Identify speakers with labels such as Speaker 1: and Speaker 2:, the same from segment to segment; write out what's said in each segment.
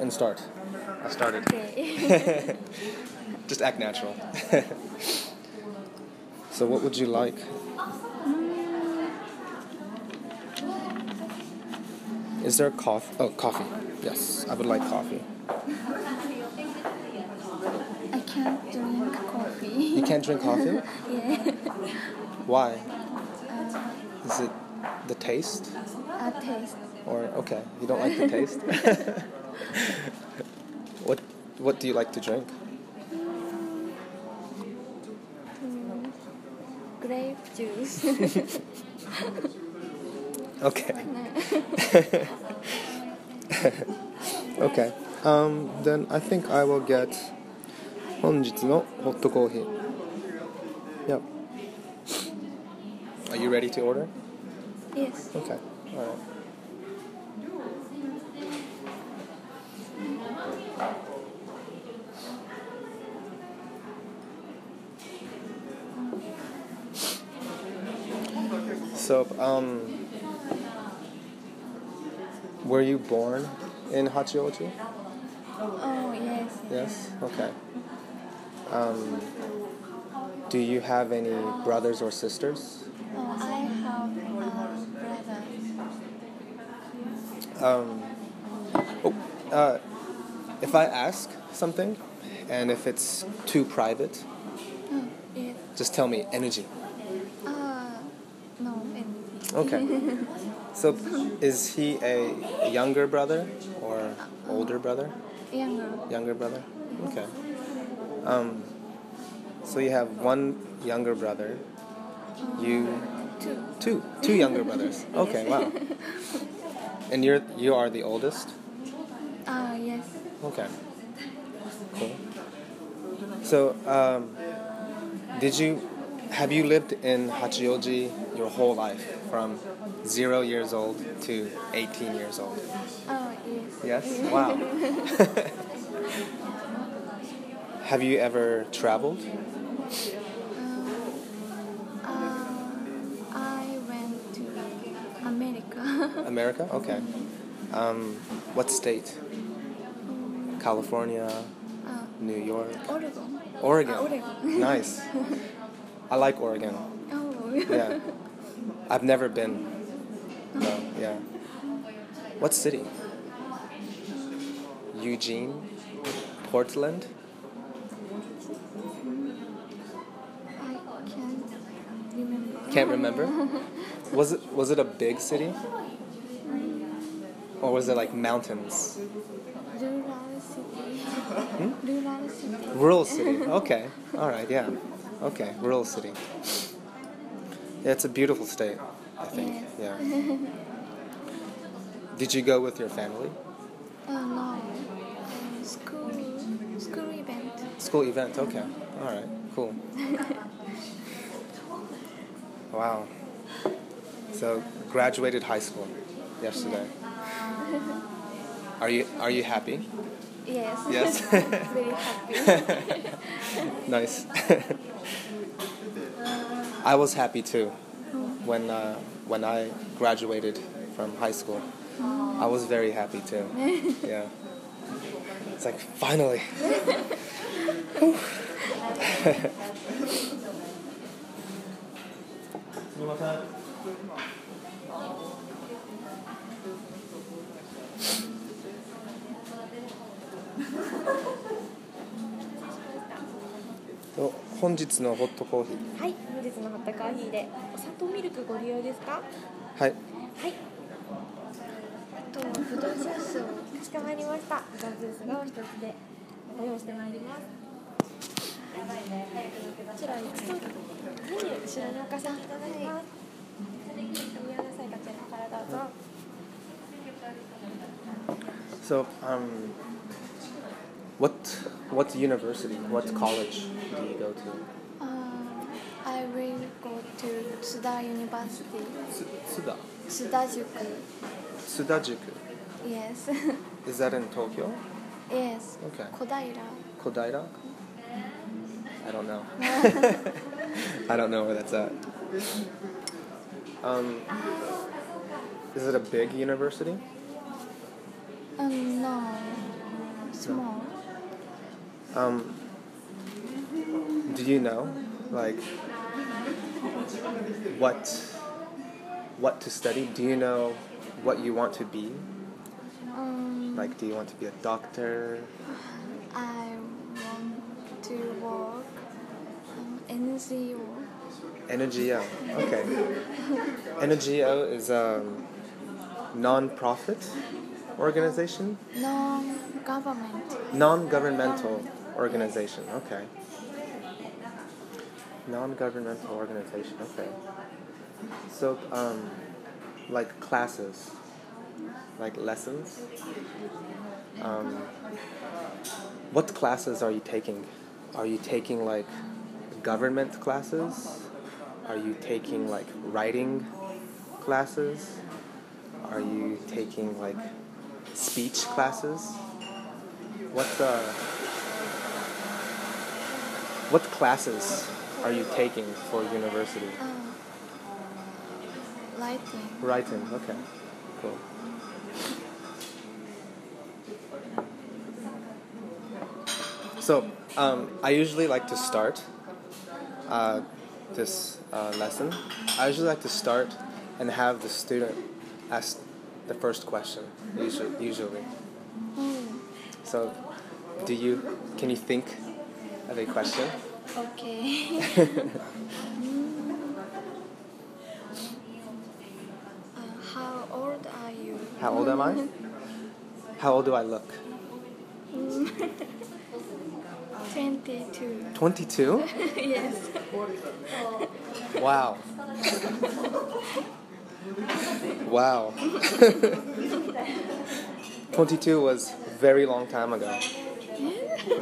Speaker 1: and start. I started.
Speaker 2: Okay.
Speaker 1: Just act natural. so, what would you like? Is there coffee? Oh, coffee. Yes, I would like coffee.
Speaker 2: I can't drink
Speaker 1: You
Speaker 2: coffee.
Speaker 1: can't drink coffee?
Speaker 2: yeah.
Speaker 1: Why?
Speaker 2: Uh,
Speaker 1: Is it the taste?
Speaker 2: I taste.
Speaker 1: Or, okay, you don't like the taste? what, what do you like to drink?
Speaker 2: mm, Grape juice.
Speaker 1: Okay. okay. Um, then I think I will get 本日のホットコーヒー Yep. Are you ready to order?
Speaker 2: yes.
Speaker 1: Okay. Alright. So, um, were you born in Hachioji?
Speaker 2: Oh yes.
Speaker 1: Yes? Okay. Um, do you have any brothers or sisters?
Speaker 2: Oh, I have a brother.
Speaker 1: Um, oh, uh, if I ask something, and if it's too private,
Speaker 2: Oh, yes.
Speaker 1: just tell me energy.
Speaker 2: Uh, no. It,
Speaker 1: Okay. so, is he a younger brother or older brother?
Speaker 2: younger.
Speaker 1: Younger brother. Okay. Um, so you have one younger brother. You
Speaker 2: Two.
Speaker 1: two two younger brothers. Okay. Wow. And you're you are the oldest.
Speaker 2: Ah yes.
Speaker 1: Okay. Cool. So, um, did you have you lived in Hachioji your whole life, from zero years old to eighteen years old?
Speaker 2: Oh yes.
Speaker 1: Yes. Wow. have you ever traveled?
Speaker 2: Uh, I went to America.
Speaker 1: America. Okay. Um, what state? California,
Speaker 2: uh,
Speaker 1: New York, Oregon.
Speaker 2: Oregon. Ah, Oregon.
Speaker 1: nice. I like Oregon.
Speaker 2: Oh.
Speaker 1: Yeah. I've never been. No, yeah. What city? Eugene? Portland?
Speaker 2: I can't remember.
Speaker 1: Can't remember. Was it was it a big city? Or was it like mountains?
Speaker 2: Rural city.
Speaker 1: Hmm?
Speaker 2: Rural
Speaker 1: Rural
Speaker 2: city.
Speaker 1: city. Okay. All right, yeah. Okay, rural city. Yeah, it's a beautiful state, I think. Yeah. Did you go with your family?
Speaker 2: Oh no. Uh, school. School event.
Speaker 1: School event, okay. All right, cool. wow. So graduated high school yesterday. Are you are you happy?
Speaker 2: Yes.
Speaker 1: Yes.
Speaker 2: Very happy.
Speaker 1: nice. I was happy too when uh, when I graduated from high school. I was very happy too. Yeah. It's like finally. So, 本日のホットコーヒー。
Speaker 3: はい、本日のホットコーヒーでお砂糖ミルクご利用ですかは
Speaker 1: はい。
Speaker 3: い、
Speaker 2: と不動ジュースを
Speaker 3: かしこまりましたジャズースがお一つでご用意してまいりますこちら一度メニュー後ろにお貸しいただきます飲み用の際こちらからどうぞ
Speaker 1: So, um, what what university, what college do you go to?
Speaker 2: Uh, I will go to Tsuda University.
Speaker 1: Tsuda.
Speaker 2: Tsudajuku.
Speaker 1: Tsudajuku.
Speaker 2: Yes.
Speaker 1: Is that in Tokyo?
Speaker 2: yes.
Speaker 1: Okay.
Speaker 2: Kodaira.
Speaker 1: Kodaira? I don't know. I don't know where that's at. Um, is it a big university?
Speaker 2: Um, no. small.
Speaker 1: Um, do you know, like, what what to study? Do you know what you want to be?
Speaker 2: Um,
Speaker 1: Like, do you want to be a doctor?
Speaker 2: I want to work um, NGO.
Speaker 1: NGO. Okay. NGO is a non-profit organization,
Speaker 2: Non-government.
Speaker 1: non-governmental organization. Okay. Non-governmental organization. Okay. So, um, like classes, like lessons. Um, what classes are you taking? Are you taking like government classes? Are you taking like writing classes? Are you taking like speech classes? What uh, what classes are you taking for university?
Speaker 2: Um, lighting.
Speaker 1: Writing. Okay. Cool. So um, I usually like to start uh, this uh, lesson. I usually like to start and have the student ask the first question. Usually, usually. So, do you can you think of a question?
Speaker 2: Okay. uh, how old are you?
Speaker 1: How old am I? How old do I look?
Speaker 2: 22.
Speaker 1: Twenty-two.
Speaker 2: yes.
Speaker 1: Wow. wow. 22 was very long time ago.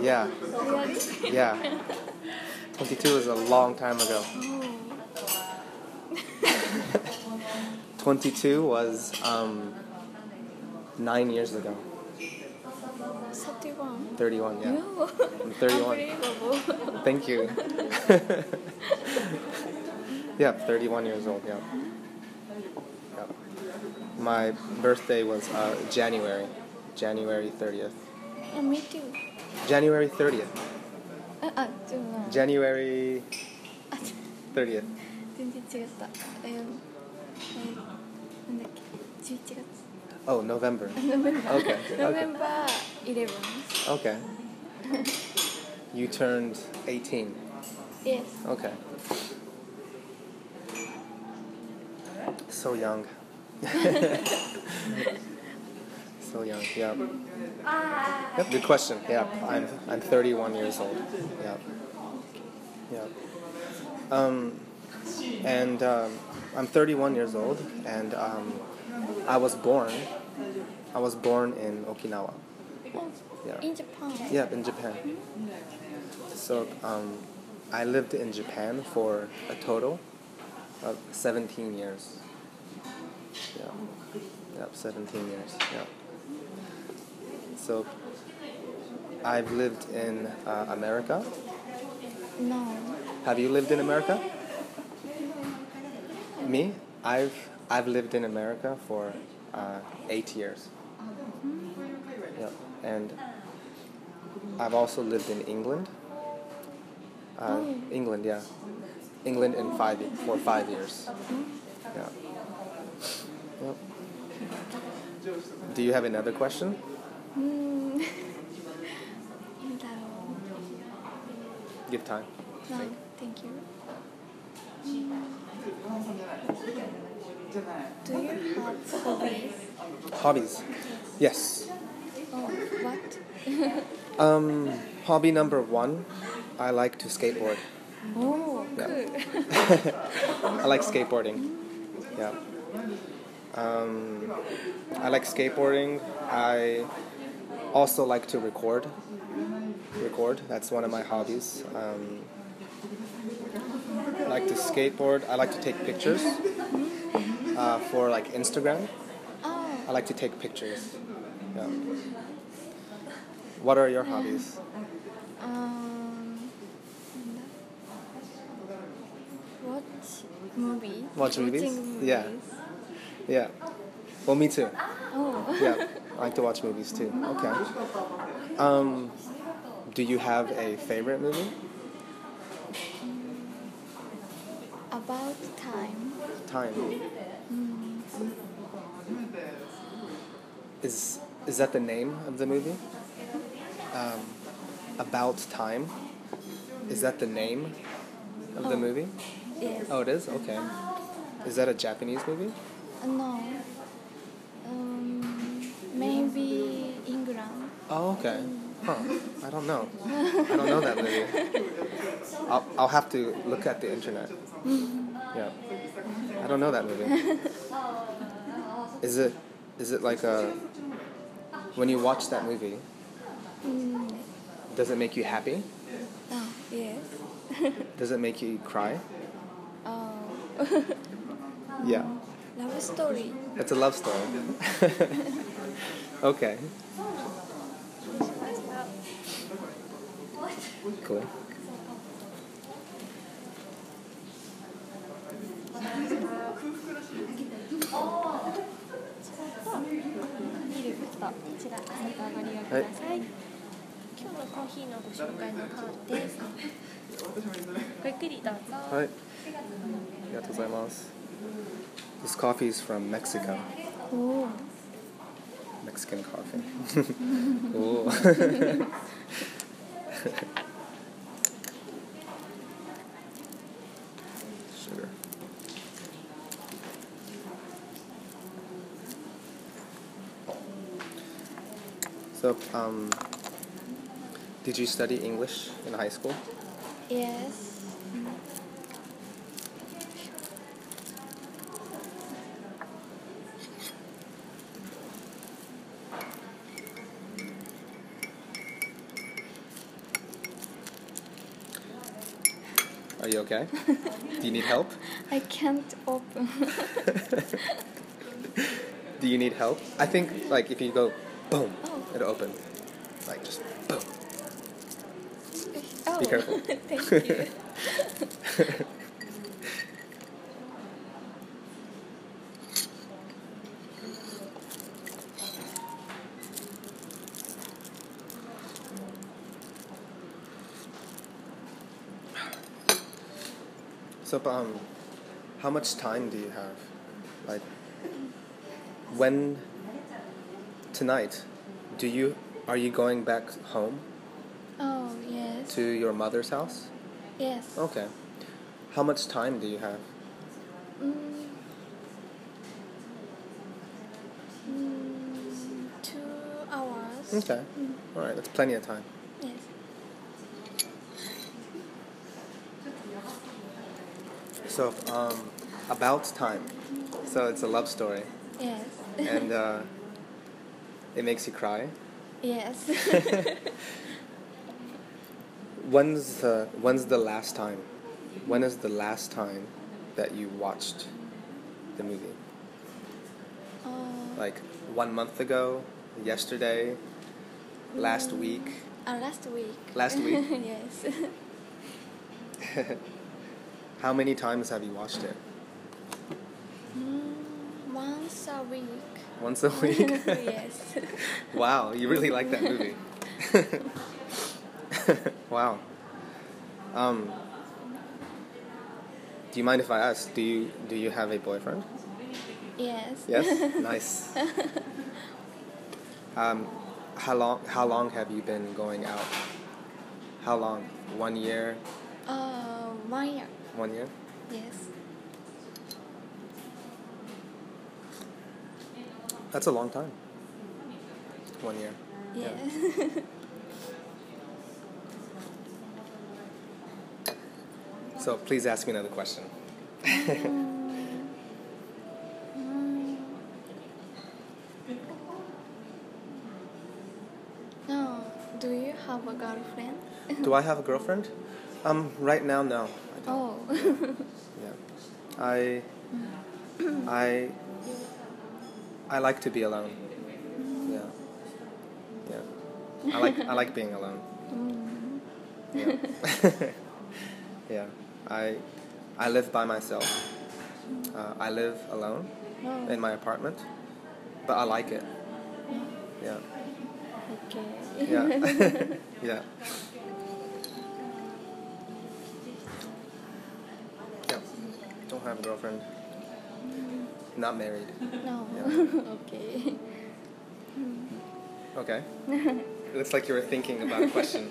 Speaker 1: Yeah,
Speaker 2: Really?
Speaker 1: yeah. 22 was a long time ago. 22 was um, nine years ago.
Speaker 2: 31.
Speaker 1: 31, yeah.
Speaker 2: No.
Speaker 1: I'm 31.
Speaker 2: Unbelievable.
Speaker 1: Thank you. yeah, 31 years old, yeah. yeah. My birthday was uh, January, January 30th.
Speaker 2: Uh, me too.
Speaker 1: January 30th.
Speaker 2: Uh, uh, でもな
Speaker 1: January 30th.
Speaker 2: 全然違った。えー、えーなんだっけ、11月。
Speaker 1: Oh, November.
Speaker 2: ノベンバー。
Speaker 1: Okay, okay.
Speaker 2: ノベンバー11。
Speaker 1: Okay. You turned 18.
Speaker 2: Yes.
Speaker 1: Okay. So young. so young, yeah. Yep, good question. Yeah, I'm, I'm 31 years old. Yeah. Yeah. Um, and um, I'm 31 years old, and um, I was born. I was born in Okinawa. Yeah.
Speaker 2: In Japan.
Speaker 1: Yeah, in Japan. So um, I lived in Japan for a total of 17 years. Yeah, yep, 17 years. Yeah. So I've lived in uh, America.
Speaker 2: No.
Speaker 1: Have you lived in America? Me, I've I've lived in America for uh, eight years. Yep. and I've also lived in England. Uh, England, yeah, England in five for five years. Yeah. Yep. Do you have another question?
Speaker 2: うーん。なんだろう。
Speaker 1: Give time.
Speaker 2: No, thank you. Do you have hobbies?
Speaker 1: Hobbies. Yes.
Speaker 2: Oh, what?
Speaker 1: Um, hobby number one, I like to skateboard.
Speaker 2: Oh,
Speaker 1: Yeah.
Speaker 2: good.
Speaker 1: I like skateboarding. Yeah. Um, I like skateboarding. I also like to record. Record. That's one of my hobbies. Um, I like to skateboard. I like to take pictures uh, for like Instagram.
Speaker 2: Oh,
Speaker 1: I like to take pictures. Yeah. What are your hobbies?
Speaker 2: um, and, uh, watch movies.
Speaker 1: Watch movies?
Speaker 2: Watching
Speaker 1: Yeah.
Speaker 2: movies.
Speaker 1: Yeah. Well, me too.
Speaker 2: Oh.
Speaker 1: Yeah. I like to watch movies too. Okay. Um, do you have a favorite movie?
Speaker 2: About time.
Speaker 1: Time. Is is that the name of the movie? Um, about time. Is that the name of the
Speaker 2: Oh.
Speaker 1: movie?
Speaker 2: Yes.
Speaker 1: Oh, it is. Okay. Is that a Japanese movie?
Speaker 2: No. Um, maybe England.
Speaker 1: Oh, okay. Huh. I don't know. I don't know that movie. I'll, I'll have to look at the internet. Yeah. I don't know that movie. Is it is it like a when you watch that movie,
Speaker 2: Mm,
Speaker 1: does it make you happy?
Speaker 2: oh, yes.
Speaker 1: Does it make you cry?
Speaker 2: Oh.
Speaker 1: Yeah.
Speaker 2: Love story.
Speaker 1: It's a love story. okay. Cool.
Speaker 3: ミルクとこちらお召し上がりをください、今日のコーヒーのご紹介のカードですごゆっくりどうぞ
Speaker 1: Hi. This coffee is from Mexico.
Speaker 2: Oh.
Speaker 1: Mexican coffee. Ooh. Sugar. So, um, did you study English in high school?
Speaker 2: Yes.
Speaker 1: Are you okay? Do you need help?
Speaker 2: I can't open.
Speaker 1: Do you need help? I think like if you go boom,
Speaker 2: Oh.
Speaker 1: it'll open. Like just boom.
Speaker 2: oh.
Speaker 1: Be careful.
Speaker 2: Thank you.
Speaker 1: So um how much time do you have? Like when tonight do you are you going back home
Speaker 2: Oh, yes.
Speaker 1: to your mother's house?
Speaker 2: Yes.
Speaker 1: Okay. How much time do you have?
Speaker 2: Mm. Mm, two hours.
Speaker 1: Okay. All right, that's plenty of time.
Speaker 2: Yes.
Speaker 1: So um about time. So it's a love story
Speaker 2: Yes.
Speaker 1: and uh, it makes you cry.
Speaker 2: yes.
Speaker 1: When's the when's the last time? When is the last time that you watched the movie?
Speaker 2: oh,
Speaker 1: Like one month ago, yesterday, last week.
Speaker 2: uh, last week.
Speaker 1: Last week?
Speaker 2: yes.
Speaker 1: How many times have you watched it?
Speaker 2: Mm, once a week.
Speaker 1: Once a week.
Speaker 2: yes.
Speaker 1: wow, you really like that movie. wow. Um, do you mind if I ask? Do you do you have a boyfriend?
Speaker 2: Yes.
Speaker 1: Yes. nice. Um, how long? How long have you been going out? How long? One year.
Speaker 2: Uh, one year.
Speaker 1: One year.
Speaker 2: Yes.
Speaker 1: That's a long time. One year.
Speaker 2: Yes.
Speaker 1: So please ask me another question.
Speaker 2: Mm. No. Do you have a girlfriend?
Speaker 1: Do I have a girlfriend? Um, right now, no. I don't.
Speaker 2: Oh.
Speaker 1: Yeah. I. I. I like to be alone. Yeah. Yeah. I like I like being alone.
Speaker 2: Mm.
Speaker 1: Yeah. yeah. I I live by myself. Uh, I live alone
Speaker 2: Oh.
Speaker 1: in my apartment, but I like it. Yeah.
Speaker 3: Okay.
Speaker 1: Yeah. yeah. Yep. Don't have a girlfriend. Not married.
Speaker 3: no. okay.
Speaker 1: Okay. It looks like you were thinking about a question.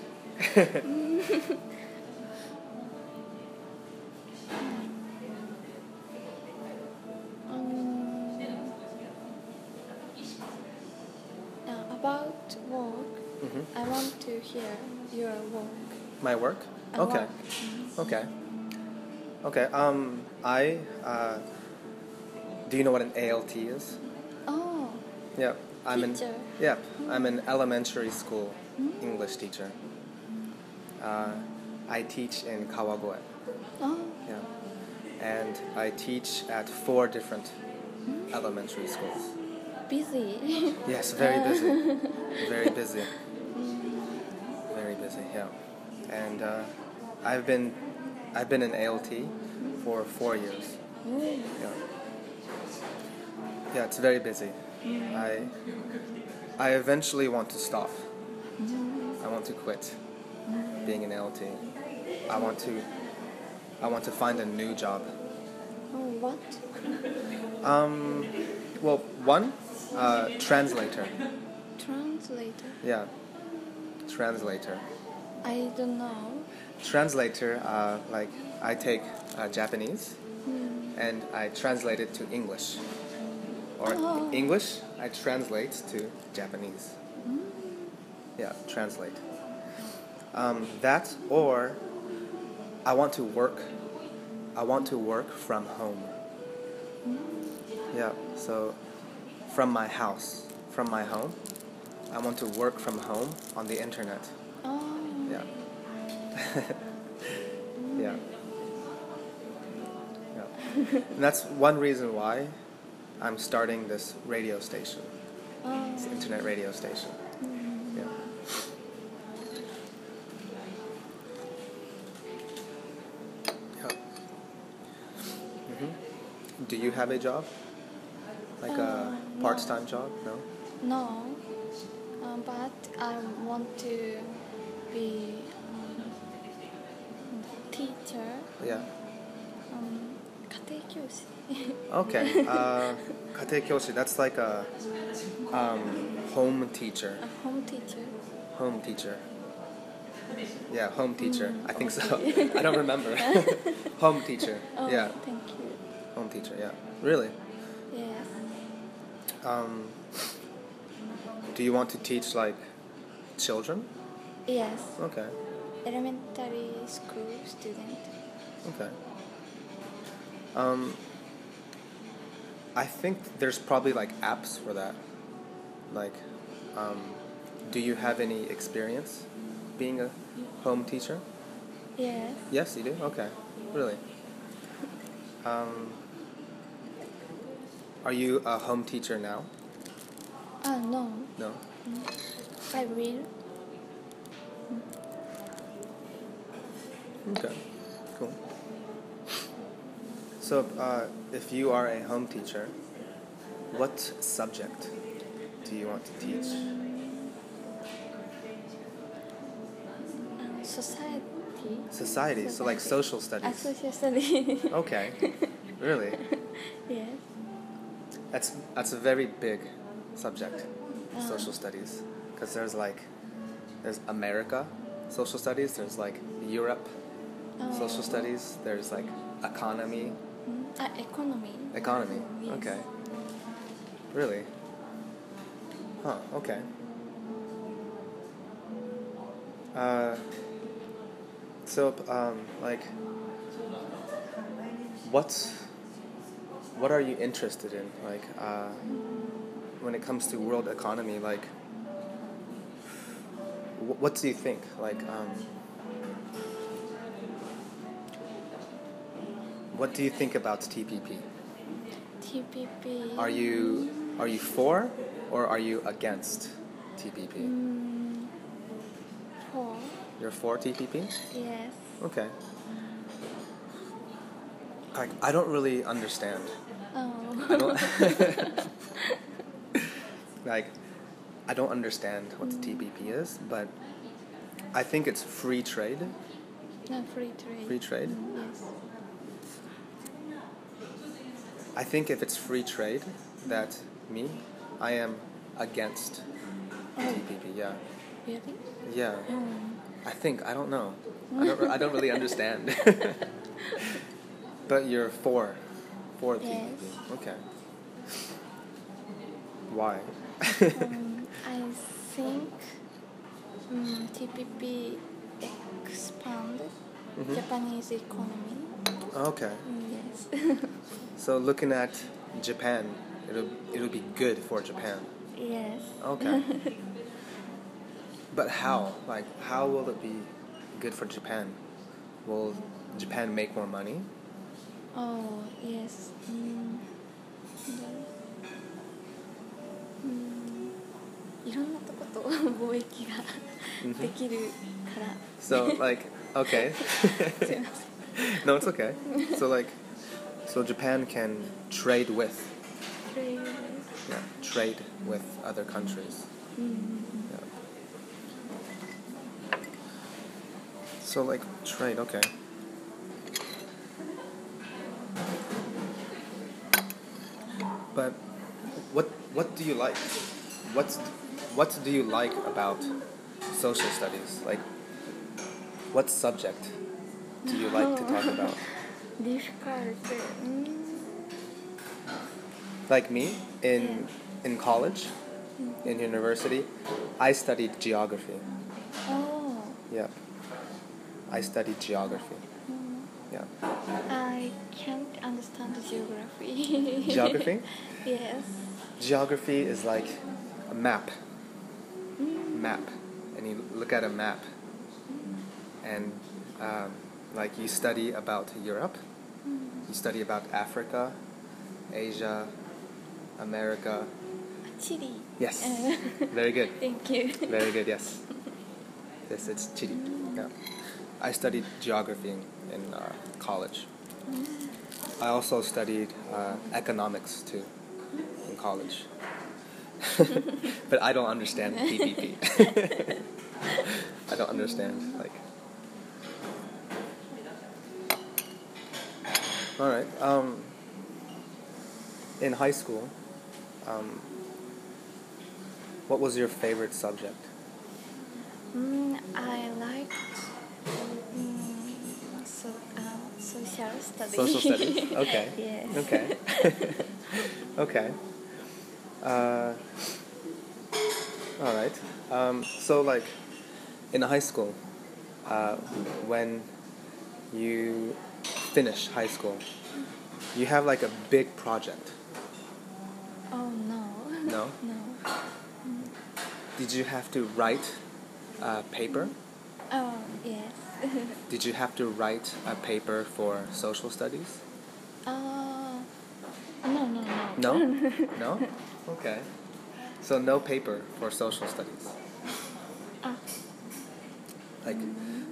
Speaker 2: Um, uh, about work,
Speaker 1: hmm
Speaker 2: I want to hear your work.
Speaker 1: My work?
Speaker 2: A Mm-hmm.
Speaker 1: okay.
Speaker 2: work.
Speaker 1: Okay. Okay. Um, I. Uh, do you know what an ALT is?
Speaker 2: Oh,
Speaker 1: Yeah. I'm an.
Speaker 2: teacher.
Speaker 1: Yeah. I'm an elementary school English teacher. Uh, I teach in Kawagoe.
Speaker 2: Oh,
Speaker 1: Yeah. And I teach at four different elementary schools.
Speaker 2: busy.
Speaker 1: Yes, very busy. very busy. Very busy, yeah. And uh, I've been I've been an ALT for four years.
Speaker 2: Mm.
Speaker 1: Yeah. Yeah, it's very busy. I I eventually want to stop. I want to quit being an ALT. I want to I want to find a new job.
Speaker 2: Oh, what?
Speaker 1: Um, well, one uh, translator.
Speaker 2: Translator?
Speaker 1: Yeah, translator.
Speaker 2: I don't know.
Speaker 1: Translator. Uh, like I take uh, Japanese and I translate it to English, or
Speaker 2: Oh.
Speaker 1: English I translate to Japanese. Yeah, translate. Um, that or I want to work. I want to work from home. Yeah, so from my house, from my home, I want to work from home on the internet.
Speaker 2: Oh,
Speaker 1: Yeah. yeah. Yeah. And that's one reason why I'm starting this radio station,
Speaker 2: oh. Mm-hmm.
Speaker 1: this internet radio station. Yeah. Yeah. Mhm. Do you have a job? Like a
Speaker 2: Uh,
Speaker 1: part time job? No?
Speaker 2: No, um, but I want to be um, teacher,
Speaker 1: Yeah.
Speaker 2: うん家庭教師
Speaker 1: Okay. Uh, kate kyoshi, that's like a um, home teacher.
Speaker 2: あ、ホームティーチャー
Speaker 1: Home teacher. Yeah, home teacher. I think so. I don't remember. home teacher.
Speaker 2: あ、
Speaker 1: Yeah,
Speaker 2: Oh, thank you
Speaker 1: home teacher. Yeah. Really?
Speaker 2: yes
Speaker 1: Um, do you want to teach like children?
Speaker 2: yes
Speaker 1: Okay.
Speaker 2: elementary school student
Speaker 1: Okay. Um, I think there's probably like apps for that. Like, um, do you have any experience being a home teacher?
Speaker 2: yes
Speaker 1: Yes, you do. Okay, really. Um, are you a home teacher now?
Speaker 2: あ、no Oh,
Speaker 1: No.
Speaker 2: I will
Speaker 1: Okay. Cool. So, uh, if you are a home teacher, what subject do you want to teach?
Speaker 2: あ um, society
Speaker 1: Society. So, like social studies.
Speaker 2: あ、social study
Speaker 1: Okay. Really?
Speaker 2: yes
Speaker 1: That's that's a very big subject,
Speaker 2: Ah.
Speaker 1: social studies, because there's like there's America, social studies. There's like Europe,
Speaker 2: Um,
Speaker 1: social studies. There's like economy,
Speaker 2: うんあ、economy ah,
Speaker 1: economy.
Speaker 2: Yes.
Speaker 1: Okay. Really? Huh. Okay. Uh, so um, like, what what are you interested in? Like, uh, when it comes to world economy, like, wh- what do you think? Like, um, what do you think about TPP?
Speaker 2: TPP
Speaker 1: Are you are you for or are you against TPP?
Speaker 2: 4
Speaker 1: You're for TPP?
Speaker 2: yes
Speaker 1: Okay. Like I don't really understand.
Speaker 2: oh
Speaker 1: I don't like I don't understand what the TPP is, but I think it's free trade.
Speaker 2: No, free trade. Mm,
Speaker 1: Free trade.
Speaker 2: Yes.
Speaker 1: I think if it's free trade, that me, I am against TPP. Yeah,
Speaker 2: Really? Mm.
Speaker 1: yeah. I think I don't know. I don't. re- I don't really understand. but you're for, for the
Speaker 2: Yes.
Speaker 1: TPP. Okay. Why?
Speaker 2: um, I think um, TPP expand Japanese economy.
Speaker 1: okay.
Speaker 2: Mm, Yes.
Speaker 1: So looking at Japan, it'll it'll be good for Japan.
Speaker 2: yes.
Speaker 1: Okay. but how? Like, how will it be good for Japan? Will Japan make more money?
Speaker 2: Oh yes. Mm. Mm. いろんなとこと貿易ができるから。
Speaker 1: So, like, okay.
Speaker 2: すいません
Speaker 1: no, it's okay. So, like, so Japan can trade with, yeah, trade with other countries. Yeah. So, like, trade, okay. But what what do you like? What's what do you like about social studies? Like, what subject do you like to talk about?
Speaker 2: Difficult. Mm.
Speaker 1: Like me in in college, in university, I studied geography.
Speaker 2: Oh,
Speaker 1: Yeah, I studied geography. Yeah,
Speaker 2: I can't understand geography.
Speaker 1: geography.
Speaker 2: yes.
Speaker 1: Geography is like a map. Map. And you look at a map. And um, like you study about Europe, you study about Africa, Asia, America.
Speaker 2: Chile.
Speaker 1: Yes.
Speaker 2: Uh,
Speaker 1: Very good.
Speaker 2: thank you.
Speaker 1: Very good, yes. Yes, it's Chile. Yeah. I studied geography in, in uh, college. I also studied uh, economics too in college. but I don't understand PPP. I don't understand. Like, all right. Um, in high school, um, what was your favorite subject?
Speaker 2: Mm, I liked mm, so, uh, social studies.
Speaker 1: Social studies. Okay.
Speaker 2: yes.
Speaker 1: Okay. okay. Uh, all right. Um, so, like, in high school, uh, when you finish high school, you have like a big project.
Speaker 2: Oh no.
Speaker 1: No?
Speaker 2: No.
Speaker 1: Did you have to write a paper?
Speaker 2: Oh yes.
Speaker 1: Did you have to write a paper for social studies?
Speaker 2: uh, no no no.
Speaker 1: No? no? Okay. So, no paper for social studies?
Speaker 2: Ah,
Speaker 1: like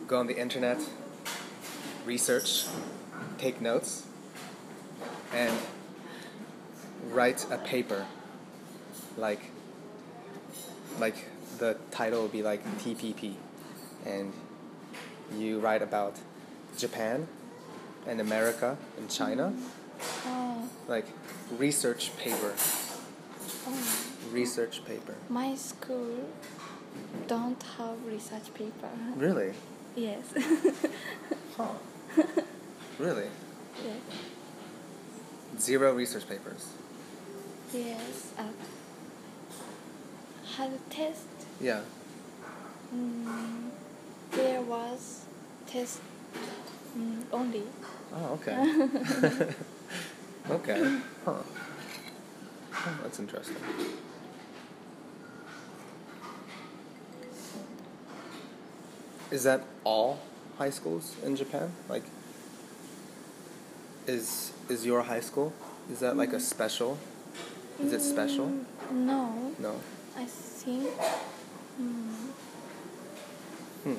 Speaker 1: go on the internet, research, take notes, and write a paper. Like, like the title will be like TPP, and you write about Japan, and America and China,
Speaker 2: oh,
Speaker 1: like research paper,
Speaker 2: oh.
Speaker 1: research paper.
Speaker 2: My school don't have research paper.
Speaker 1: Really?
Speaker 2: Yes.
Speaker 1: Huh. really?
Speaker 2: yes.
Speaker 1: Zero research papers.
Speaker 2: Yes. Uh, had a test.
Speaker 1: Yeah.
Speaker 2: Mm, there was test mm, only.
Speaker 1: Oh, okay. okay. Huh. Oh, that's interesting. Is that all high schools in Japan? Like is is your high school? Is that like a special? Is it special?
Speaker 2: Mm. No,
Speaker 1: No.
Speaker 2: I think. Mm,
Speaker 1: Hmm.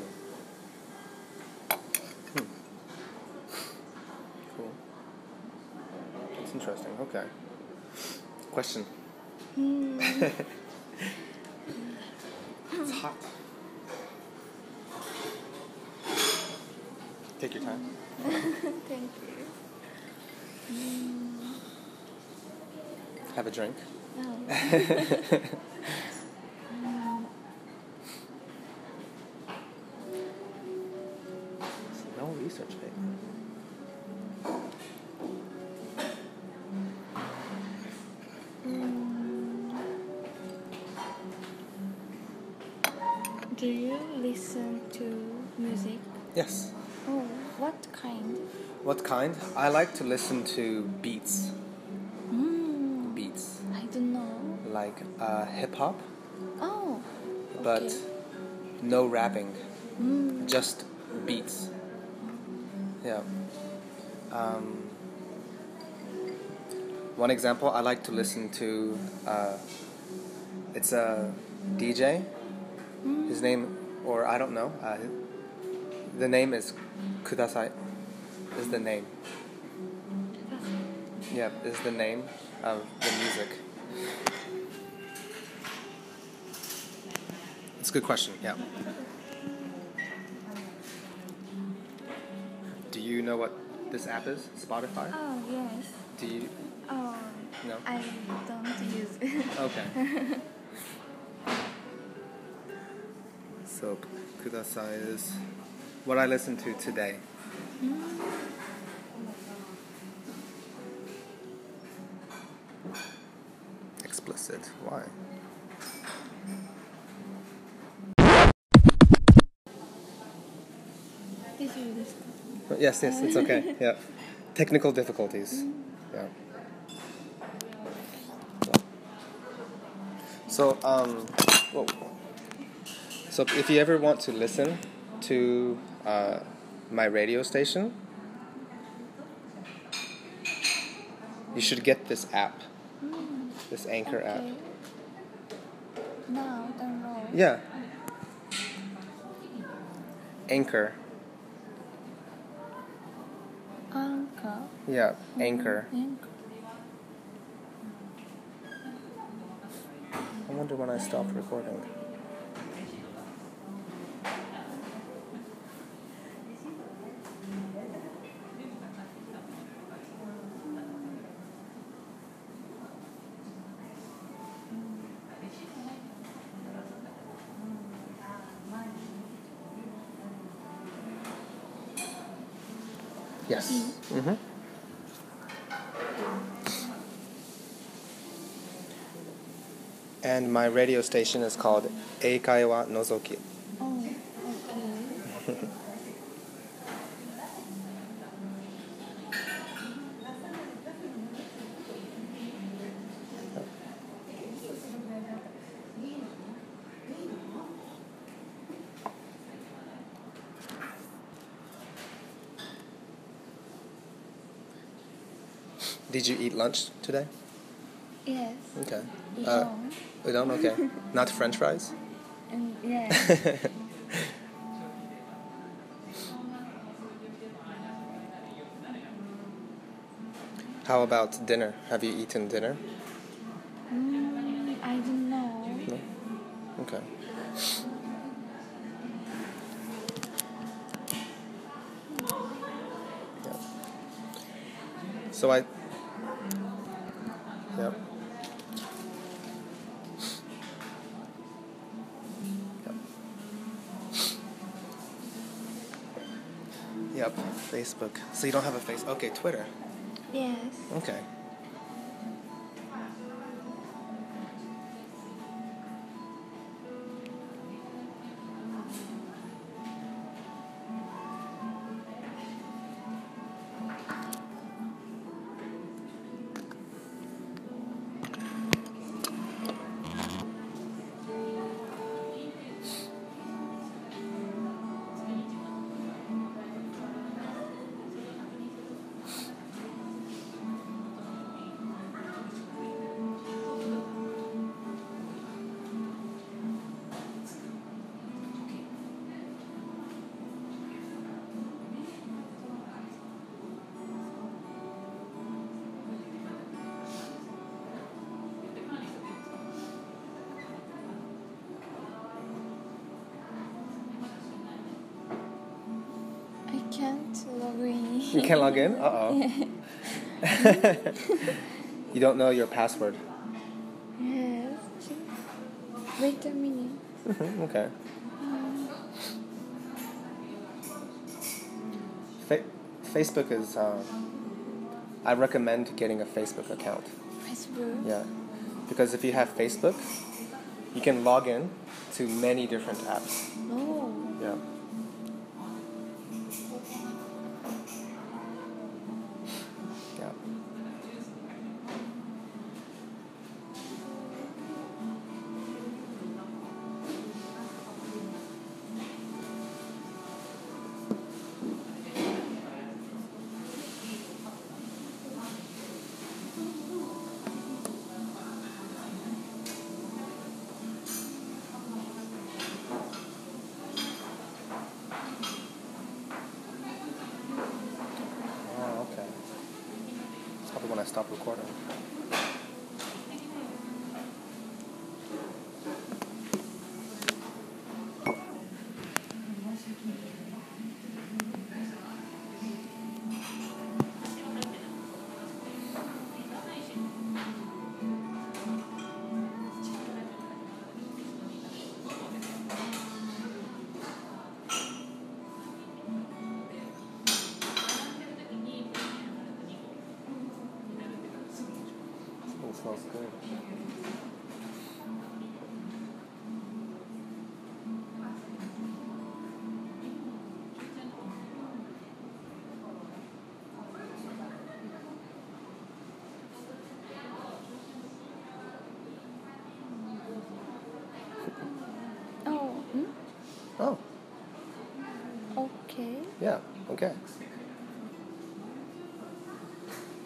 Speaker 1: Hmm. Cool. That's interesting. Okay. Question.
Speaker 2: mm,
Speaker 1: It's hot. Take your time.
Speaker 2: Thank you.
Speaker 1: Have a drink.
Speaker 2: Oh,
Speaker 1: No research paper.
Speaker 2: do you listen to music?
Speaker 1: Yes.
Speaker 2: Oh, what kind?
Speaker 1: What kind? I like to listen to beats.
Speaker 2: Mm,
Speaker 1: Beats.
Speaker 2: I don't know.
Speaker 1: Like uh, hip hop,
Speaker 2: Oh,
Speaker 1: but
Speaker 2: okay.
Speaker 1: no rapping,
Speaker 2: Mm,
Speaker 1: just beats. Yeah. Um, one example I like to listen to uh, it's a DJ. His name, or I don't know, uh, the name is Kudasai, is the name. Yeah, is the name of the music. It's a good question. Yeah. Do you know what this app is? Spotify?
Speaker 2: oh yes.
Speaker 1: Do you?
Speaker 2: Oh,
Speaker 1: No.
Speaker 2: I don't use.
Speaker 1: Okay. so, kudasai is what I listen to today. Explicit. Why?
Speaker 2: Did you listen?
Speaker 1: Yes, yes, it's okay. yeah. Technical difficulties. Yeah. So, um, whoa. so if you ever want to listen to uh, my radio station, you should get this app, this Anchor app.
Speaker 2: Okay. Now download.
Speaker 1: Yeah. Anchor.
Speaker 2: Anchor.
Speaker 1: Yeah, Anchor.
Speaker 2: Anchor.
Speaker 1: I wonder when I stopped recording. Yes. Mm-hmm. And my radio station is called Eikaiwa Nozoki.
Speaker 2: Oh, okay.
Speaker 1: Did you eat lunch today?
Speaker 2: Yes.
Speaker 1: Okay. Uh,
Speaker 2: Udon.
Speaker 1: udon, okay. Not French fries?
Speaker 2: And yes.
Speaker 1: How about dinner? Have you eaten dinner?
Speaker 2: mm, I don't know.
Speaker 1: No? Okay. Yeah. So I. Yep. Yep. Yep. Facebook. So you don't have a face. Okay, Twitter.
Speaker 2: Yes.
Speaker 1: Okay.
Speaker 2: can't log
Speaker 1: You
Speaker 2: in.
Speaker 1: can't log in? Uh oh. you don't know your password.
Speaker 2: yes. Wait a minute.
Speaker 1: Mhm, okay. Fa- Facebook is. Uh, I recommend getting a Facebook account.
Speaker 2: Facebook.
Speaker 1: Yeah. Because if you have Facebook, you can log in to many different apps.
Speaker 2: No.
Speaker 1: Yeah. Yeah. Oh, okay. That's probably when I stop recording. It smells good.
Speaker 2: Oh. Hmm?
Speaker 1: Oh,
Speaker 2: Okay.
Speaker 1: yeah, okay.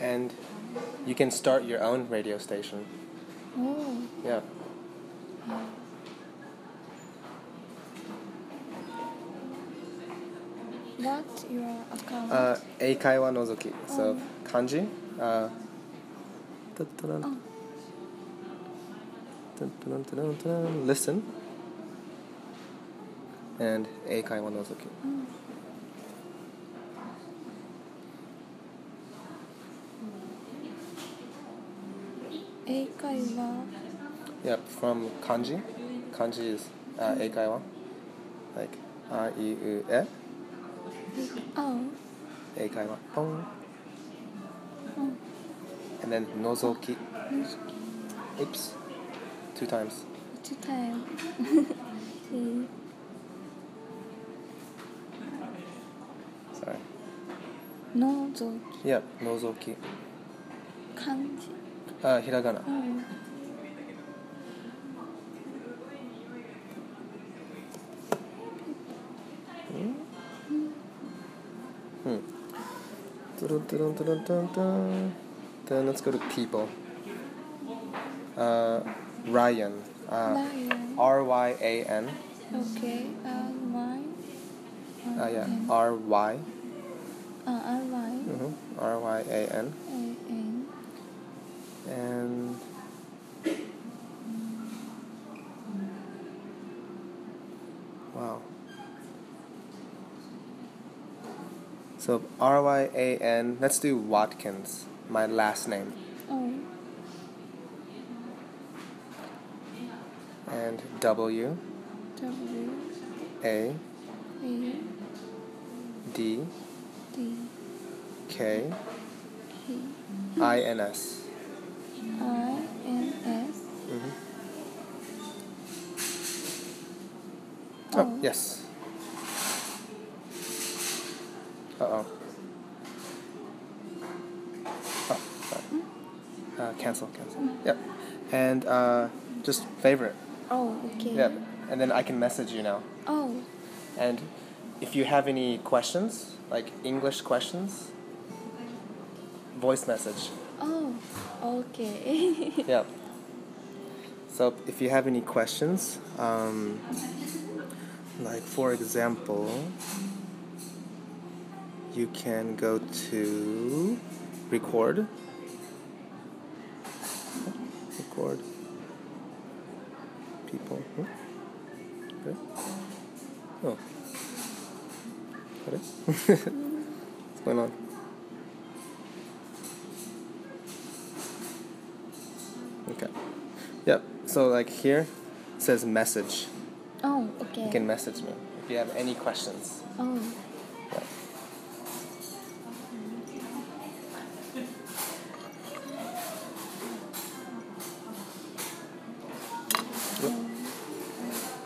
Speaker 1: And you can start your own radio station.
Speaker 2: Oh.
Speaker 1: Yeah.
Speaker 2: What your account?
Speaker 1: Uh, Eikaiwa Nozoki. So kanji. Uh, dun-dun-dun.
Speaker 2: Oh.
Speaker 1: Dun-dun-dun-dun-dun. Listen. And Eikaiwa Nozoki.
Speaker 2: 英会話
Speaker 1: Yep, from kanji. Kanji is uh, Eikaiwa. Like A I U E.
Speaker 2: あ
Speaker 1: Eikaiwa. Pong. And then Nozoki. Oops. Two times.
Speaker 2: ちょっとタイ ムうん。
Speaker 1: Sorry.
Speaker 2: のぞ
Speaker 1: Yep, Nozoki.
Speaker 2: き漢字
Speaker 1: Uh, hiragana.
Speaker 2: うん。
Speaker 1: Hmm. Dun, dun, dun, dun, dun, dun. Then let's go to people. Uh, Ryan. Uh,
Speaker 2: ライオン
Speaker 1: R Y A N.
Speaker 2: OK あマイ
Speaker 1: Uh, yeah. R Y.
Speaker 2: ああマイ
Speaker 1: Mhm. R Y A N.
Speaker 2: ええ
Speaker 1: And. Wow. So R Y A N. Let's do Watkins. My last name.
Speaker 2: うん
Speaker 1: And W
Speaker 2: W
Speaker 1: A
Speaker 2: A
Speaker 1: D
Speaker 2: D
Speaker 1: K
Speaker 2: E
Speaker 1: I N S.
Speaker 2: I N S
Speaker 1: Oh, yes. Uh oh. Oh, sorry. Uh, cancel, cancel. Yep. And uh, just favorite.
Speaker 2: お OK
Speaker 1: Yep. And then I can message you now.
Speaker 2: お
Speaker 1: And if you have any questions, like English questions, voice message.
Speaker 2: oh, お OK
Speaker 1: Yep. So if you have any questions, um, like for example, you can go to record. Record people. Hmm? Good. Oh. Got it? here? What's going on? Okay. Yep. So like here, it says message.
Speaker 2: Oh,
Speaker 1: You
Speaker 2: okay.
Speaker 1: can message me if you have any questions.
Speaker 2: Oh,
Speaker 1: Yeah.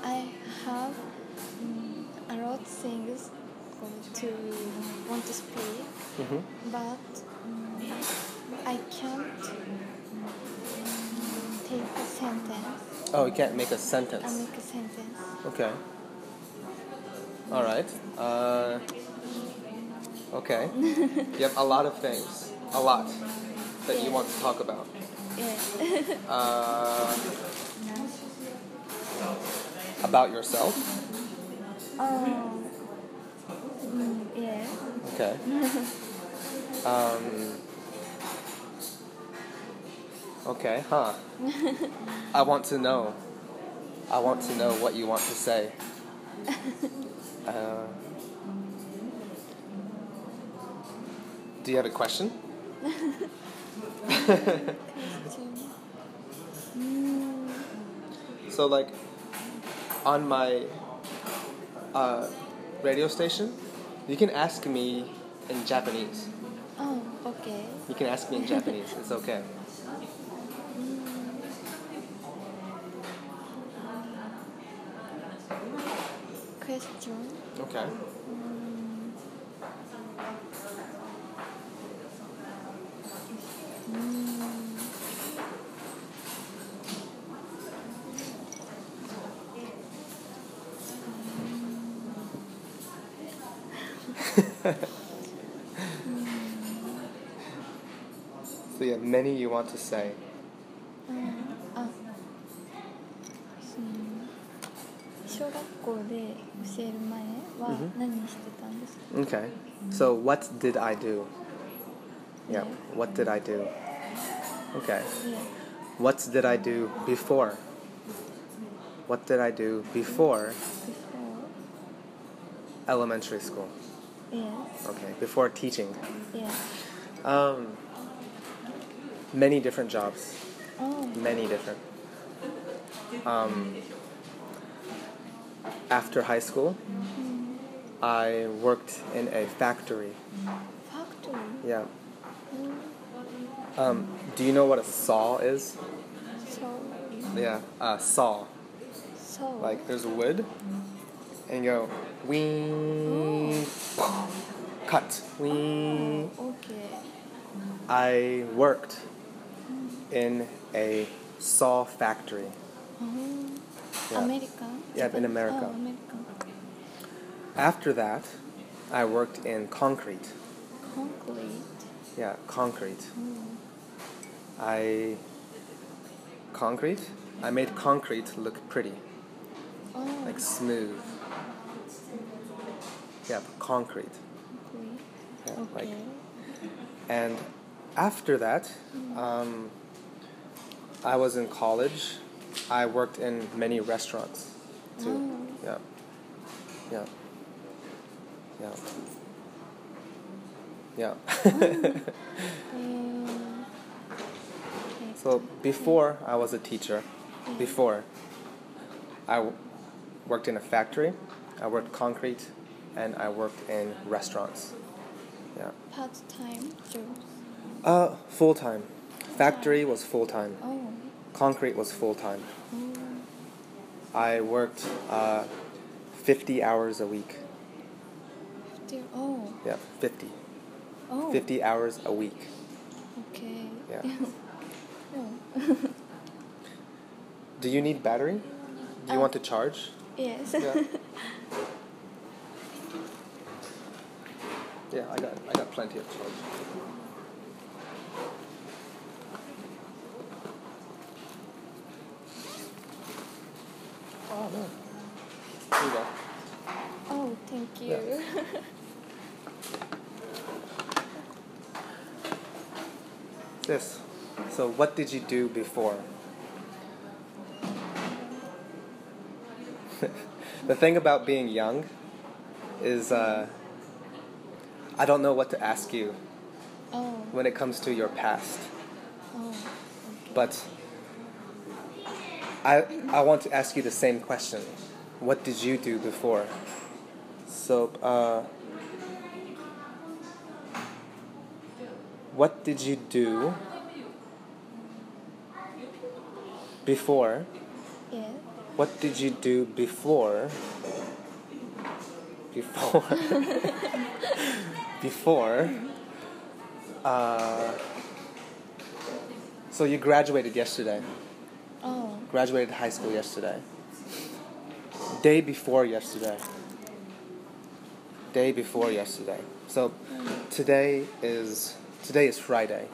Speaker 2: I have mm, a lot of things to want to speak,
Speaker 1: Mm-hmm.
Speaker 2: but mm, I can't mm, take a sentence.
Speaker 1: Oh, you can't make a
Speaker 2: I
Speaker 1: sentence.
Speaker 2: make a sentence.
Speaker 1: Okay. All right. Uh, okay. you have a lot of things. A lot that you want to talk about.
Speaker 2: Yeah.
Speaker 1: Uh, about yourself.
Speaker 2: oh. Mm, yeah.
Speaker 1: Okay. um, okay, huh. I want to know. I want to know what you want to say. Uh, do you have a question?
Speaker 2: Question. Mm,
Speaker 1: So, like, on my uh, radio station, you can ask me in Japanese.
Speaker 2: oh, okay.
Speaker 1: You can ask me in Japanese. It's okay.
Speaker 2: Question.
Speaker 1: Okay. so you have many you want to say.
Speaker 2: Mm, あその小学校で教える前は何してたんですか、
Speaker 1: Okay. So what did I do? Yeah.
Speaker 2: Yeah.
Speaker 1: What did I do? Okay.
Speaker 2: いや
Speaker 1: What did I do before? What did I do before elementary school?
Speaker 2: before yes
Speaker 1: Okay, before teaching.
Speaker 2: yes
Speaker 1: Um, many different jobs,
Speaker 2: oh
Speaker 1: many different. Um, after high school, I worked in a factory.
Speaker 2: factory
Speaker 1: Yeah. Um, do you know what a saw is?
Speaker 2: so
Speaker 1: Yeah, a saw.
Speaker 2: so
Speaker 1: Like there's wood, and you go wing, cut wing.
Speaker 2: okay
Speaker 1: I worked in a saw factory.
Speaker 2: oh,
Speaker 1: Yeah.
Speaker 2: American
Speaker 1: Yeah, in America.
Speaker 2: oh, American
Speaker 1: After that, I worked in concrete.
Speaker 2: concrete
Speaker 1: Yeah, concrete.
Speaker 2: oh,
Speaker 1: I concrete. I made concrete look pretty,
Speaker 2: oh
Speaker 1: like smooth. Yeah, concrete.
Speaker 2: concrete
Speaker 1: Yeah,
Speaker 2: okay
Speaker 1: Like, and after that, um, I was in college. I worked in many restaurants too.
Speaker 2: oh,
Speaker 1: Yeah. Yeah. Yeah. Yeah.
Speaker 2: um, okay.
Speaker 1: So before I was a teacher, before I w- worked in a factory, I worked concrete, and I worked in restaurants. Yeah.
Speaker 2: part time jobs
Speaker 1: Uh, full time. Factory was full time.
Speaker 2: oh
Speaker 1: Concrete was full time. I worked uh, 50 hours a week.
Speaker 2: dear oh
Speaker 1: Yeah, 50.
Speaker 2: oh
Speaker 1: 50 hours a week.
Speaker 2: Okay.
Speaker 1: Yeah.
Speaker 2: Oh,
Speaker 1: Do you need battery? Do you
Speaker 2: Uh,
Speaker 1: want to charge?
Speaker 2: yes.
Speaker 1: Yeah. yeah, I got I got plenty of charge. Oh no. Here you go.
Speaker 2: oh, thank you.
Speaker 1: Yeah. This. So what did you do before? the thing about being young is uh, I don't know what to ask you
Speaker 2: Oh,
Speaker 1: when it comes to your past,
Speaker 2: oh,
Speaker 1: but I, I want to ask you the same question. What did you do before? So, uh, what did you do before?
Speaker 2: yeah.
Speaker 1: What did you do before? Before. before. Uh, so you graduated yesterday.
Speaker 2: Oh,
Speaker 1: Graduated high school yesterday. Day before yesterday. Day before yesterday. So today is today is Friday.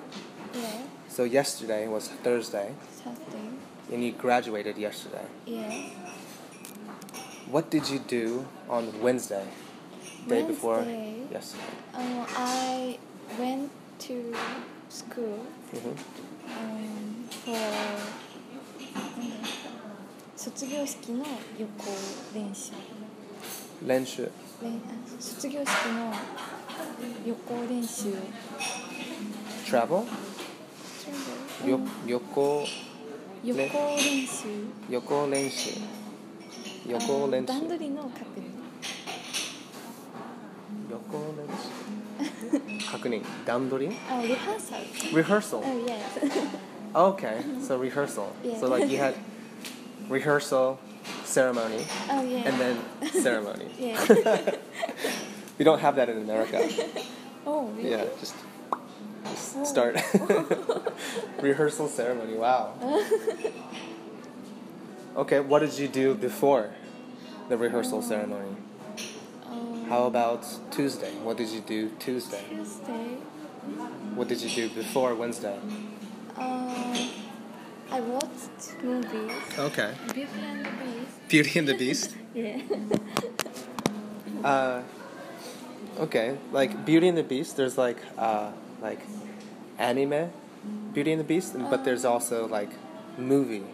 Speaker 2: yeah.
Speaker 1: So yesterday was Thursday,
Speaker 2: Saturday,
Speaker 1: and you graduated yesterday.
Speaker 2: yeah.
Speaker 1: What did you do on Wednesday? Day before
Speaker 2: Wednesday.
Speaker 1: yesterday.
Speaker 2: Um, I went to school
Speaker 1: Mhm.
Speaker 2: um, for なんだ卒業式の予行練習
Speaker 1: 練習。
Speaker 2: れんあ卒業式の予行練習
Speaker 1: Travel?
Speaker 2: 全部
Speaker 1: よ
Speaker 2: うん
Speaker 1: 横
Speaker 2: 予行練習
Speaker 1: 横練習。
Speaker 2: あ
Speaker 1: 横
Speaker 2: の
Speaker 1: 練習。
Speaker 2: 段取りの確認
Speaker 1: 横練習。確認。段取り
Speaker 2: あリハーサル
Speaker 1: Rehearsal.
Speaker 2: あい やいや
Speaker 1: Okay, so rehearsal.
Speaker 2: Uh, Yeah.
Speaker 1: So like you had rehearsal, ceremony,
Speaker 2: あいやいや
Speaker 1: and then ceremony.
Speaker 2: いや
Speaker 1: We don't have that in America.
Speaker 2: おう
Speaker 1: Yeah, just,
Speaker 2: Oh,
Speaker 1: just start. Rehearsal ceremony, wow. okay, what did you do before the rehearsal ceremony?
Speaker 2: あの
Speaker 1: How about Tuesday? What did you do Tuesday?
Speaker 2: Tuesday
Speaker 1: What did you do before Wednesday?
Speaker 2: uh, I watched movies
Speaker 1: Okay.
Speaker 2: Beauty and the Beast
Speaker 1: Beauty and the Beast?
Speaker 2: yeah
Speaker 1: Uh, okay, like Beauty and the Beast, there's like uh, like anime Beauty and the Beast, and- but there's also like movie.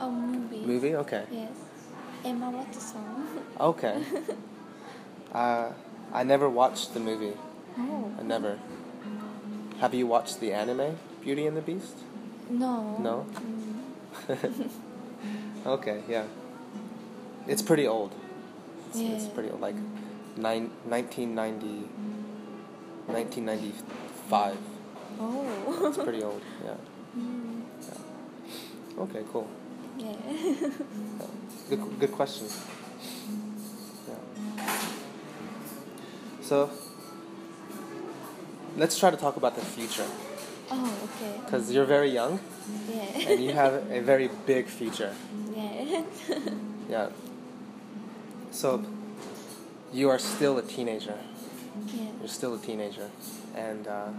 Speaker 2: oh movie
Speaker 1: Movie? Okay.
Speaker 2: yes Emma Watson
Speaker 1: Okay. uh, I never watched the movie.
Speaker 2: oh
Speaker 1: I never. Have you watched the anime Beauty and the Beast?
Speaker 2: no
Speaker 1: No?
Speaker 2: Mm.
Speaker 1: Okay, yeah. It's pretty old. It's, it's
Speaker 2: Yeah.
Speaker 1: pretty old, like nine, 1990, 1995.
Speaker 2: oh
Speaker 1: It's pretty old, yeah.
Speaker 2: Mm.
Speaker 1: Okay, cool.
Speaker 2: yeah
Speaker 1: Yeah. Good, good question. Yeah. So, let's try to talk about the future.
Speaker 2: oh okay
Speaker 1: Because you're very young
Speaker 2: yeah
Speaker 1: and you have a very big future.
Speaker 2: yeah
Speaker 1: Yeah. So, you are still a teenager.
Speaker 2: yeah
Speaker 1: You're still a teenager. And, uh,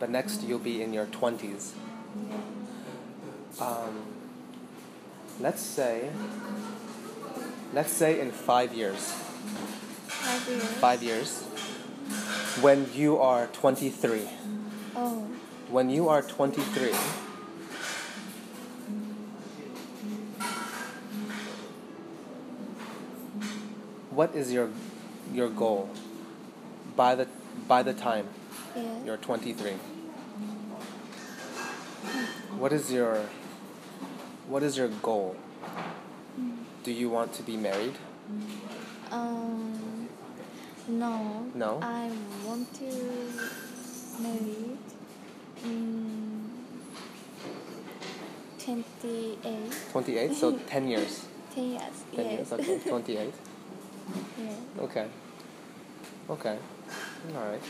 Speaker 1: but next you'll be in your 20s. Um, let's say, let's say in five years.
Speaker 2: five years
Speaker 1: five years when you are 23
Speaker 2: oh
Speaker 1: when you are 23 what is your your goal by the by the time
Speaker 2: yeah
Speaker 1: you're 23 what is your what is your goal do you want to be married
Speaker 2: um no
Speaker 1: No?
Speaker 2: I want to marry mm, twenty eight
Speaker 1: 28 so 10 years
Speaker 2: 10 years
Speaker 1: 10
Speaker 2: yes
Speaker 1: years okay 28
Speaker 2: yeah
Speaker 1: Okay. Okay. All right.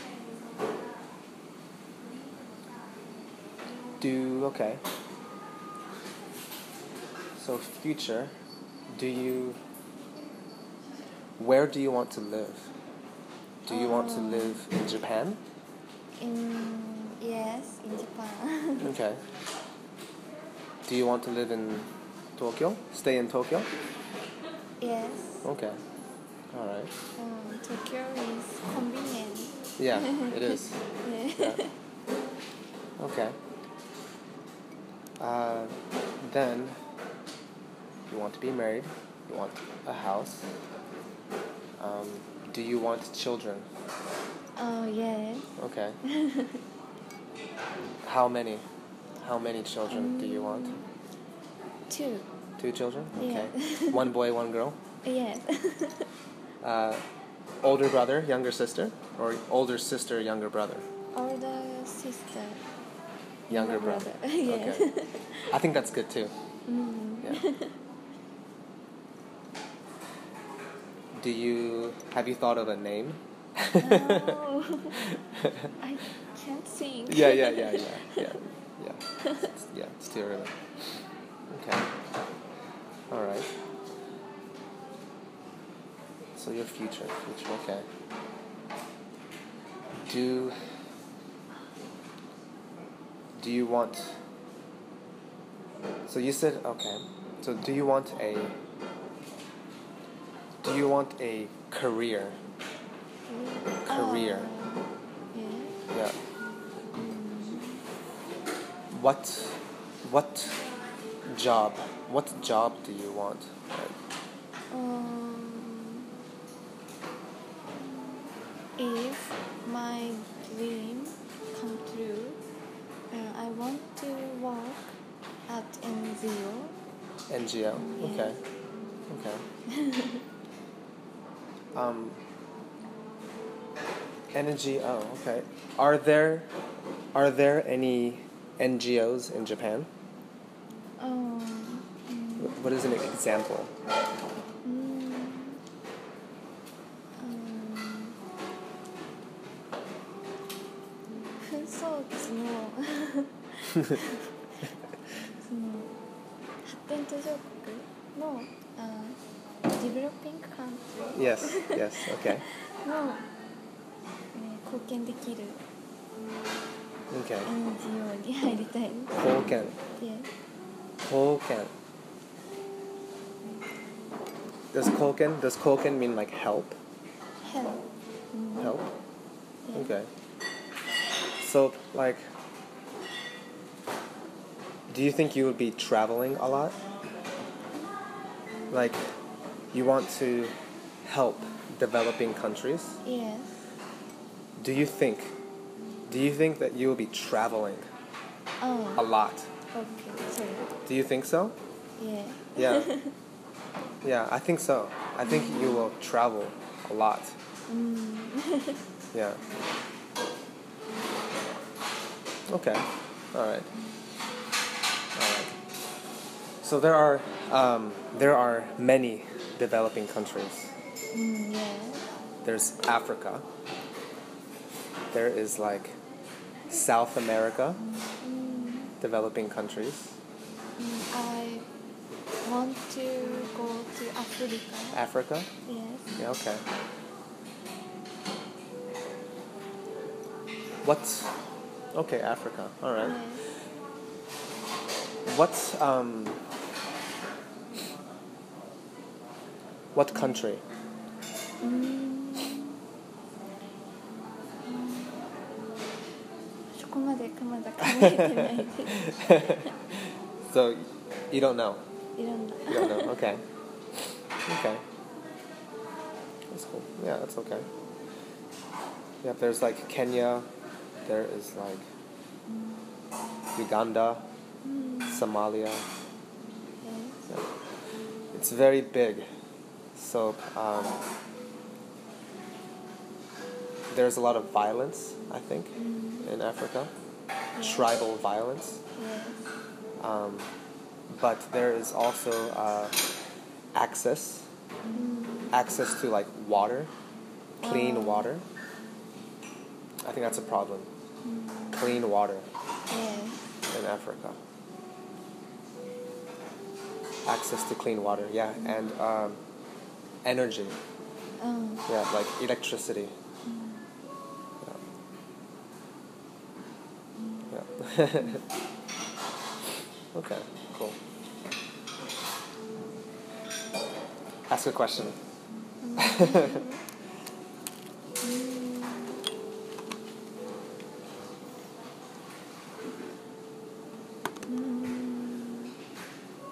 Speaker 1: Do okay. So future, do you where do you want to live? Do you want to
Speaker 2: Um,
Speaker 1: live in Japan?
Speaker 2: in yes in Japan
Speaker 1: Okay. Do you want to live in Tokyo? Stay in Tokyo?
Speaker 2: yes
Speaker 1: Okay. All right.
Speaker 2: um, Tokyo is convenient
Speaker 1: Yeah, it is.
Speaker 2: yeah
Speaker 1: Yeah. Okay. Uh, then you want to be married. You want a house. Um, do you want children?
Speaker 2: Oh yes.
Speaker 1: Okay. How many? How many children do you want?
Speaker 2: Two.
Speaker 1: Two children?
Speaker 2: Yeah.
Speaker 1: Okay. one boy, one girl.
Speaker 2: Yes.
Speaker 1: Uh, older brother, younger sister, or older sister, younger brother?
Speaker 2: Older sister.
Speaker 1: Younger brother.
Speaker 2: yes.
Speaker 1: Okay. I think that's good too.
Speaker 2: Mm.
Speaker 1: Yeah. do you have you thought of a name?
Speaker 2: Oh. I can't sing.
Speaker 1: Yeah, yeah, yeah, yeah, yeah, yeah. It's- yeah, it's too early. Okay. All right. So your future, future, okay. Do do you want? So you said okay. So do you want a? Do you want a career? Career.
Speaker 2: Oh, yeah.
Speaker 1: Yeah. What, what job? What job do you want? Like,
Speaker 2: Um, if my dream come true, uh, I want to work at NGO.
Speaker 1: NGO. Okay. Okay. um. NGO. Okay. Are there, are there any NGOs in Japan?
Speaker 2: Um, mm,
Speaker 1: Wh- What is an example?
Speaker 2: mm, um, 紛争地のその発展途上国のあディベロッピングカントリー
Speaker 1: Yes. Yes. Okay.
Speaker 2: の、えー、貢献できる
Speaker 1: Okay.
Speaker 2: NGO に入りたいで
Speaker 1: Hoken. 貢献 Does 貢献 Does 貢献 mean like help?
Speaker 2: help、うん、
Speaker 1: Help.
Speaker 2: Yeah.
Speaker 1: Okay. So like, do you think you would be traveling a lot? Like, you want to help developing countries.
Speaker 2: yes
Speaker 1: Do you think? Do you think that you will be traveling
Speaker 2: oh
Speaker 1: a lot?
Speaker 2: okay sorry
Speaker 1: Do you think so?
Speaker 2: yeah
Speaker 1: Yeah. yeah, I think so. I think you will travel a lot.
Speaker 2: うん
Speaker 1: Yeah. Okay. All right. All right. So there are um, there are many developing countries.
Speaker 2: うん yeah
Speaker 1: There's Africa. There is like South America,
Speaker 2: うん
Speaker 1: developing countries.
Speaker 2: Mm, I want to go to Africa.
Speaker 1: Africa.
Speaker 2: Yes.
Speaker 1: Yeah, okay. What? Okay, Africa. All right.
Speaker 2: Yes.
Speaker 1: What um what country?
Speaker 2: Mm. そこまでまだ考えてないです。
Speaker 1: So you don't know.
Speaker 2: いろんな。
Speaker 1: You don't know. Okay. Okay. That's cool. Yeah, that's okay. Yep, there's like Kenya, there is like Uganda,
Speaker 2: うん。Yes.
Speaker 1: Somalia. Yeah. It's very big. So um, there's a lot of violence, I think, in Africa. Tribal violence.
Speaker 2: Yes.
Speaker 1: Um, but there is also uh, access, access to like water, clean water. I think that's a problem. Clean water
Speaker 2: Yes.
Speaker 1: in Africa. Access to clean water, yeah, and um, energy,
Speaker 2: うん。
Speaker 1: yeah, like electricity. Yeah. yeah. okay, cool. Ask a question.
Speaker 2: う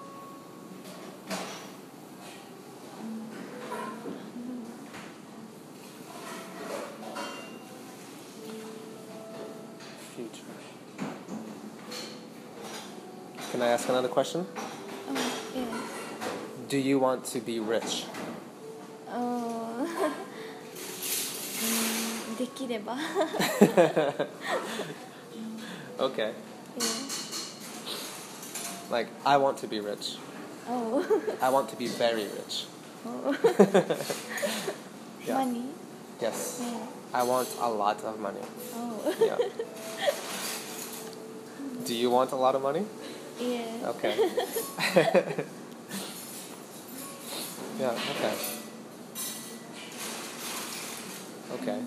Speaker 1: Can I ask another question?
Speaker 2: Um, yeah.
Speaker 1: Do you want to be rich?
Speaker 2: あーうーんできれば
Speaker 1: Okay. Like, I want to be rich.
Speaker 2: おお
Speaker 1: I want to be very rich.
Speaker 2: マニー
Speaker 1: Yes.
Speaker 2: ね
Speaker 1: I want a lot of money.
Speaker 2: お
Speaker 1: Yeah. Do you want a lot of money?
Speaker 2: ういえ
Speaker 1: Okay. yeah, okay. Okay.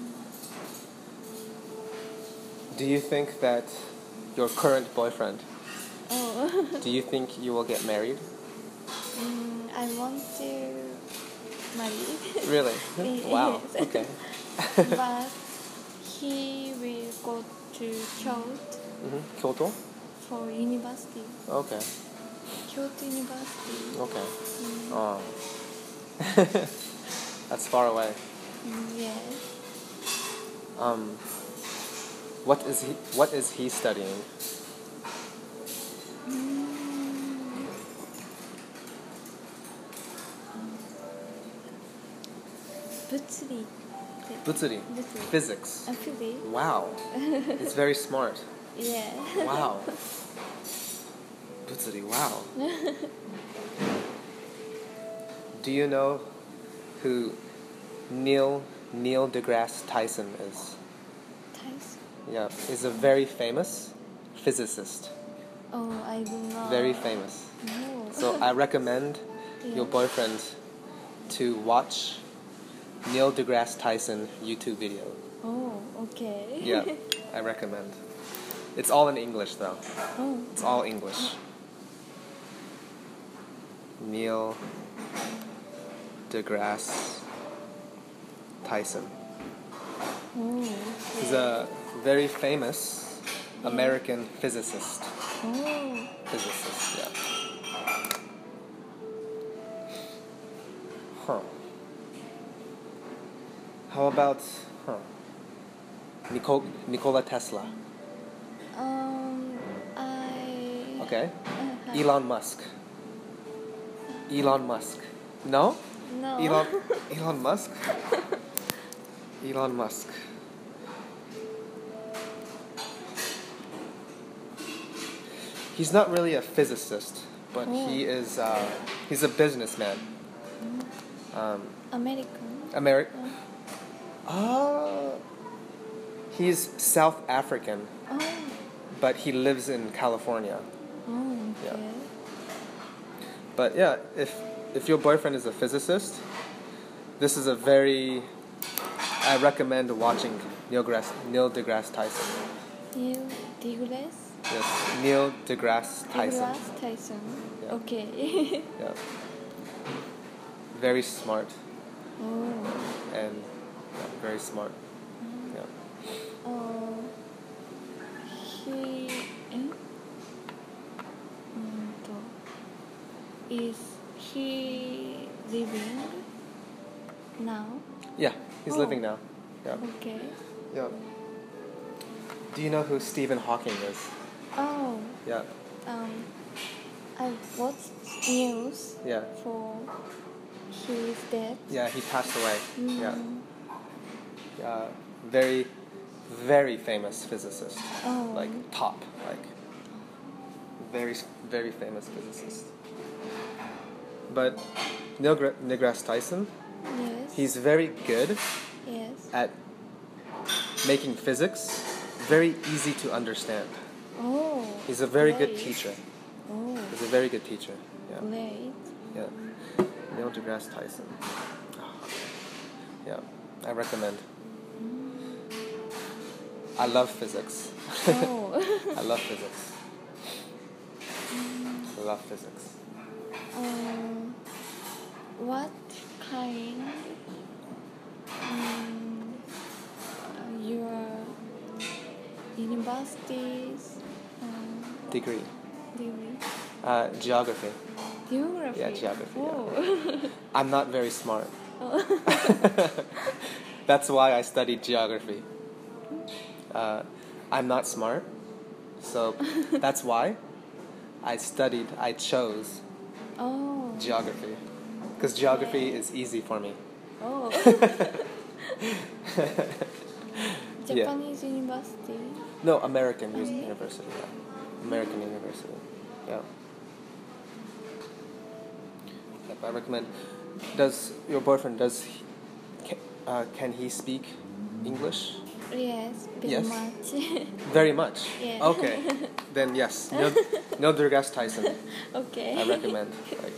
Speaker 1: Do you think that your current boyfriend,
Speaker 2: おうう
Speaker 1: do you think you will get married?
Speaker 2: ーん Mm, I want to marry
Speaker 1: Really?
Speaker 2: Yes.
Speaker 1: Wow. Okay.
Speaker 2: but he will go to Kyoto
Speaker 1: hmm Kyoto?
Speaker 2: for university
Speaker 1: Okay.
Speaker 2: Kyoto University
Speaker 1: Okay.
Speaker 2: うん
Speaker 1: Oh. That's far away.
Speaker 2: うん Mm, yes
Speaker 1: Um, what is he? What is he studying?
Speaker 2: うーん物理って
Speaker 1: 物理.
Speaker 2: 物理
Speaker 1: Physics.
Speaker 2: あ物理
Speaker 1: Wow. It's very smart.
Speaker 2: いえ
Speaker 1: Wow. 物理. Wow. Do you know who Neil Neil deGrasse Tyson is?
Speaker 2: 体操
Speaker 1: Yeah, he's a very famous physicist.
Speaker 2: Oh, I do not
Speaker 1: Very famous.
Speaker 2: know.
Speaker 1: So I recommend your
Speaker 2: Yeah.
Speaker 1: boyfriend to watch Neil deGrasse Tyson YouTube video.
Speaker 2: Oh, okay.
Speaker 1: Yeah, I recommend. It's all in English though.
Speaker 2: oh,
Speaker 1: It's all English. Neil deGrasse Tyson.
Speaker 2: oh,
Speaker 1: He's a very famous American physicist.
Speaker 2: oh.
Speaker 1: Physicist, yeah. Huh. How about huh? Nicol- Nikola Tesla.
Speaker 2: Um, I.
Speaker 1: Okay.
Speaker 2: Uh, hi.
Speaker 1: Elon Musk. Elon Musk. No?
Speaker 2: No.
Speaker 1: Elon Elon Musk? Elon Musk. He's not really a physicist, but he is uh, he's a businessman. Um,
Speaker 2: American. Oh,
Speaker 1: Ameri- uh, he's South African,
Speaker 2: Oh.
Speaker 1: but he lives in California.
Speaker 2: Oh,
Speaker 1: Yeah.
Speaker 2: okay.
Speaker 1: But yeah, if if your boyfriend is a physicist, this is a very I recommend watching Neil Grass Neil deGrasse Tyson.
Speaker 2: You Douglas?
Speaker 1: Yes, Neil deGrasse Tyson.
Speaker 2: Douglas Tyson.
Speaker 1: Yeah.
Speaker 2: Okay.
Speaker 1: Yeah. Very smart
Speaker 2: oh.
Speaker 1: and yeah, very smart. Yeah.
Speaker 2: Oh. He. Eh? Mm, to- Is he living now?
Speaker 1: Yeah, he's
Speaker 2: Oh.
Speaker 1: living now. Yeah.
Speaker 2: Okay.
Speaker 1: Yeah. Do you know who Stephen Hawking is?
Speaker 2: Oh,
Speaker 1: Yeah.
Speaker 2: um, I watched news
Speaker 1: Yeah.
Speaker 2: for his death.
Speaker 1: Yeah, he passed away. Yeah.
Speaker 2: Mm,
Speaker 1: Uh, very, very famous physicist.
Speaker 2: Oh.
Speaker 1: Like top, like very, very famous physicist. But Neil Gra- deGrasse Tyson,
Speaker 2: Yes.
Speaker 1: he's very good
Speaker 2: yes.
Speaker 1: at making physics very easy to understand.
Speaker 2: Oh.
Speaker 1: He's a very good
Speaker 2: great.
Speaker 1: teacher.
Speaker 2: Oh,
Speaker 1: He's a very good teacher. Yeah.
Speaker 2: great.
Speaker 1: Yeah. Neil deGrasse Tyson. Yeah, I recommend. I love physics.
Speaker 2: Oh.
Speaker 1: I love physics. I love physics.
Speaker 2: Um, what kind um, your universities um,
Speaker 1: Degree.
Speaker 2: degree?
Speaker 1: Uh, geography.
Speaker 2: Geography.
Speaker 1: Yeah, geography, yeah.
Speaker 2: Oh.
Speaker 1: I'm not very smart. That's why I studied geography. Uh, I'm not smart, so that's why I studied, I chose
Speaker 2: おお
Speaker 1: geography. Because geography is easy for me.
Speaker 2: お
Speaker 1: Oh.
Speaker 2: おジャパニーズユニバーシティ
Speaker 1: No, American
Speaker 2: Oh, yeah.
Speaker 1: University. Yeah. American University. Yeah. Yep, I recommend. Does your boyfriend does he, can, uh, can he speak English?
Speaker 2: Yes, very
Speaker 1: Yes.
Speaker 2: much.
Speaker 1: Very much.
Speaker 2: Yeah.
Speaker 1: Okay. then yes. No, no Durgas Tyson.
Speaker 2: okay.
Speaker 1: I recommend. Like,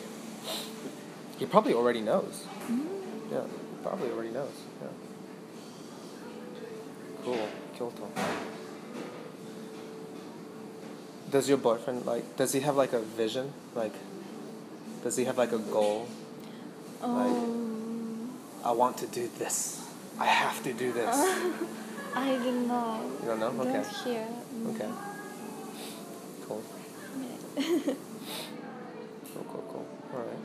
Speaker 1: he probably already knows. Yeah, probably already knows. Yeah. Cool, Kyoto. Does your boyfriend like? Does he have like a vision? Like, does he have like a goal?
Speaker 2: Oh. Um,
Speaker 1: I want to do this. I have to do this.
Speaker 2: I don't know.
Speaker 1: You don't know? Okay.
Speaker 2: Don't hear. Mm.
Speaker 1: Okay. Cool. Cool, cool, cool. All right.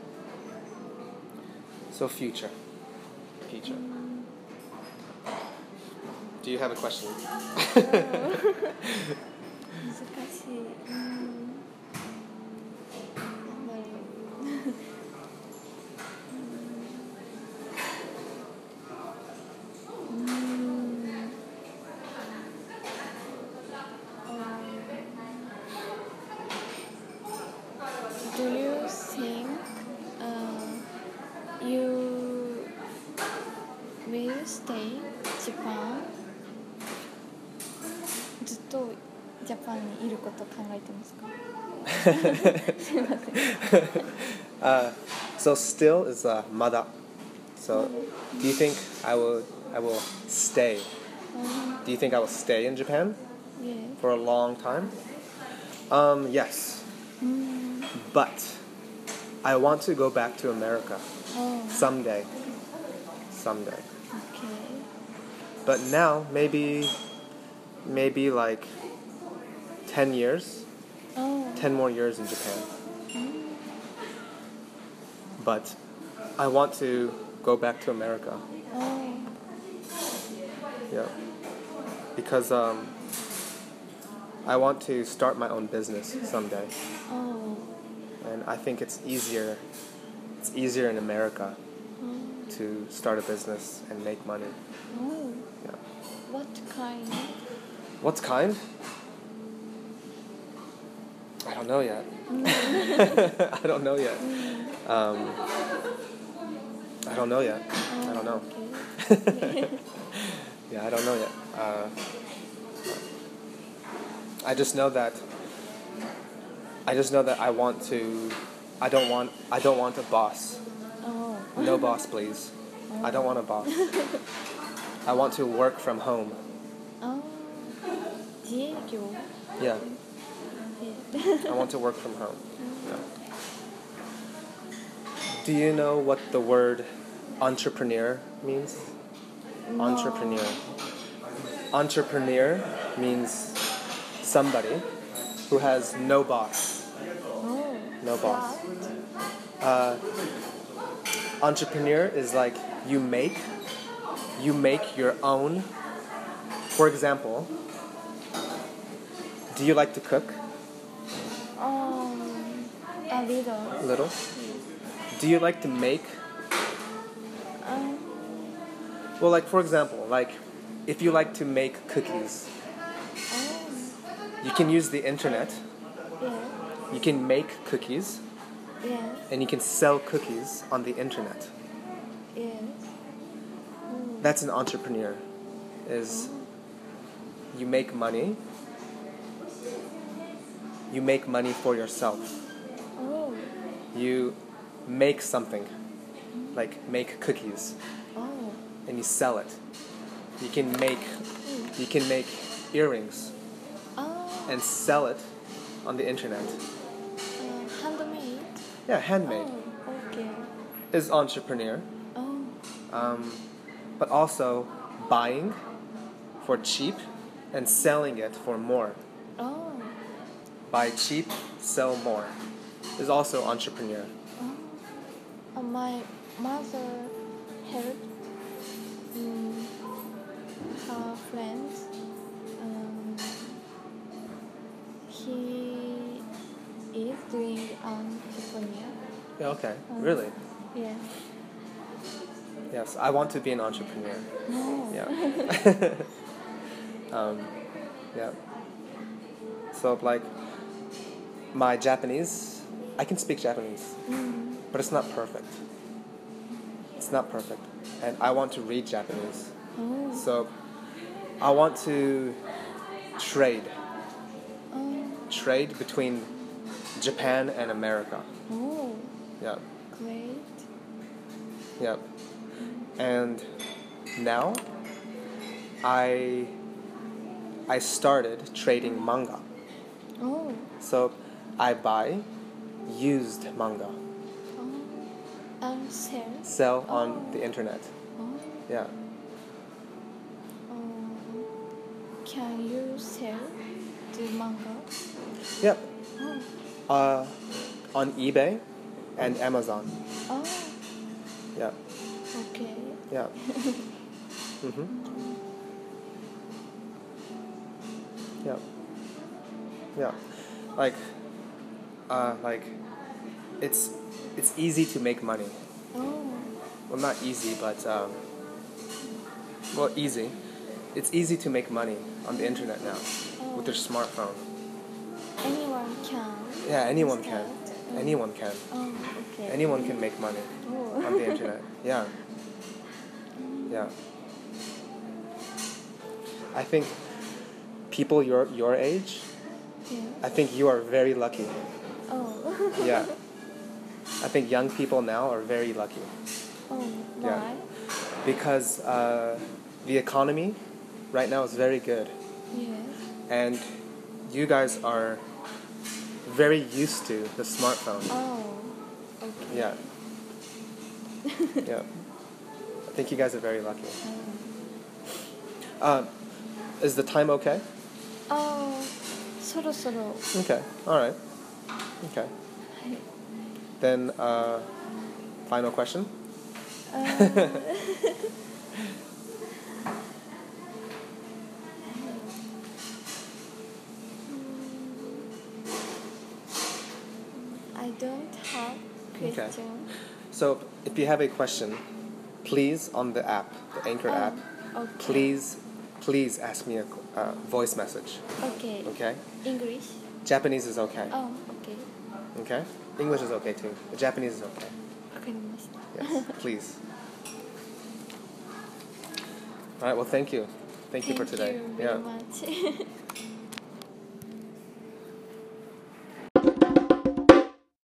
Speaker 1: So future. Future. Do you have a question?
Speaker 2: 難しい。うん。なんだろう。うん。うん。Do you think, uh, you will stay Japan? ずっとジャパンにいること考えてますかすいません
Speaker 1: Uh, so still is uh, mada. So do you think I will I will stay? Do you think I will stay in Japan
Speaker 2: いえ
Speaker 1: for a long time? Um, yes. But I want to go back to America
Speaker 2: おう
Speaker 1: someday. Someday.
Speaker 2: OK
Speaker 1: But now, maybe, maybe like 10 years,
Speaker 2: おう
Speaker 1: 10 more years in Japan. But I want to go back to America.
Speaker 2: おう
Speaker 1: Yeah. Because um, I want to start my own business someday.
Speaker 2: おう
Speaker 1: And I think it's easier, it's easier in America to start a business and make money.
Speaker 2: おう
Speaker 1: Yeah.
Speaker 2: What kind?
Speaker 1: What's kind? I don't know yet. I don't know yet. Um, I don't know yet. I don't know. Yeah, I don't know yet. Uh, I just know that. I just know that I want to. I don't want. I don't want a boss.
Speaker 2: おう
Speaker 1: No boss, please. I don't want a boss. I want to work from home.
Speaker 2: おう自営業
Speaker 1: Yeah,
Speaker 2: で
Speaker 1: I want to work from home. Yeah. Do you know what the word entrepreneur means? Entrepreneur. Entrepreneur means somebody who has no boss.
Speaker 2: おう
Speaker 1: No boss. Entrepreneur is like you make you make your own. For example, do you like to cook?
Speaker 2: Um, a little.
Speaker 1: Little. Do you like to make?
Speaker 2: Um,
Speaker 1: Well, like for example, like if you like to make cookies, you can use the internet.
Speaker 2: yeah.
Speaker 1: You can make cookies
Speaker 2: Yes.
Speaker 1: and you can sell cookies on the internet.
Speaker 2: Yes.
Speaker 1: That's an entrepreneur. Is you make money. You make money for yourself.
Speaker 2: Oh.
Speaker 1: You make something, like make cookies,
Speaker 2: Oh.
Speaker 1: and you sell it. You can make, you can make earrings
Speaker 2: Oh.
Speaker 1: and sell it on the internet.
Speaker 2: Uh, handmade.
Speaker 1: Yeah, handmade
Speaker 2: Oh, okay.
Speaker 1: is entrepreneur,
Speaker 2: Oh.
Speaker 1: um, but also buying for cheap and selling it for more.
Speaker 2: Oh.
Speaker 1: buy cheap, sell more, is also entrepreneur.
Speaker 2: Uh, my mother helped um, her friends. Um, he is
Speaker 1: Okay. Really?
Speaker 2: Yes.
Speaker 1: Yes. I want to be an entrepreneur.
Speaker 2: No.
Speaker 1: Yeah. um, yeah. So like, my Japanese, I can speak Japanese,
Speaker 2: Mm.
Speaker 1: but it's not perfect. It's not perfect, and I want to read Japanese.
Speaker 2: Oh.
Speaker 1: So, I want to trade,
Speaker 2: Oh.
Speaker 1: trade between Japan and America.
Speaker 2: Oh.
Speaker 1: Yeah.
Speaker 2: Great.
Speaker 1: Yep. And now I I started trading manga.
Speaker 2: Oh.
Speaker 1: So I buy used manga,
Speaker 2: Oh. And sales.
Speaker 1: sell on the internet.
Speaker 2: Oh.
Speaker 1: Yeah.
Speaker 2: Oh. Can you sell the manga?
Speaker 1: Yep.
Speaker 2: Oh.
Speaker 1: Uh, on eBay and Amazon.
Speaker 2: Oh.
Speaker 1: Yeah.
Speaker 2: Okay.
Speaker 1: Yeah. mhm. Yeah. Yeah. Like uh like it's it's easy to make money.
Speaker 2: Oh.
Speaker 1: Well not easy but um well easy. It's easy to make money on the internet now with your smartphone.
Speaker 2: Anyone can.
Speaker 1: Yeah, anyone can.
Speaker 2: start.
Speaker 1: Anyone can.
Speaker 2: Oh. Okay.
Speaker 1: Anyone can make money
Speaker 2: Oh.
Speaker 1: on the internet. Yeah. Yeah. I think people your your age,
Speaker 2: Yeah.
Speaker 1: I think you are very lucky.
Speaker 2: Oh.
Speaker 1: Yeah. I think young people now are very lucky
Speaker 2: oh.
Speaker 1: Yeah.
Speaker 2: Why?
Speaker 1: because uh, the economy right now is very good,
Speaker 2: Yes.
Speaker 1: and you guys are very used to the smartphone.
Speaker 2: Oh. Okay.
Speaker 1: Yeah. yeah. I think you guys are very lucky.
Speaker 2: Oh.
Speaker 1: Uh, is the time okay?
Speaker 2: ああそろそろ は
Speaker 1: Okay. All right. Okay.
Speaker 2: い
Speaker 1: Then, uh, final question.
Speaker 2: あー I don't have question
Speaker 1: So, if you have a question, please on the app, the Anchor app,
Speaker 2: Oh, okay.
Speaker 1: please, please ask me a uh, voice message.
Speaker 2: okay
Speaker 1: Okay.
Speaker 2: English Oh,
Speaker 1: Japanese is okay.
Speaker 2: あ OK
Speaker 1: Okay. English is okay too. But Japanese is okay.
Speaker 2: わかりました
Speaker 1: Yes. please. All right. Well, thank you. Thank you for today.
Speaker 2: Thank you
Speaker 1: yeah.
Speaker 2: very much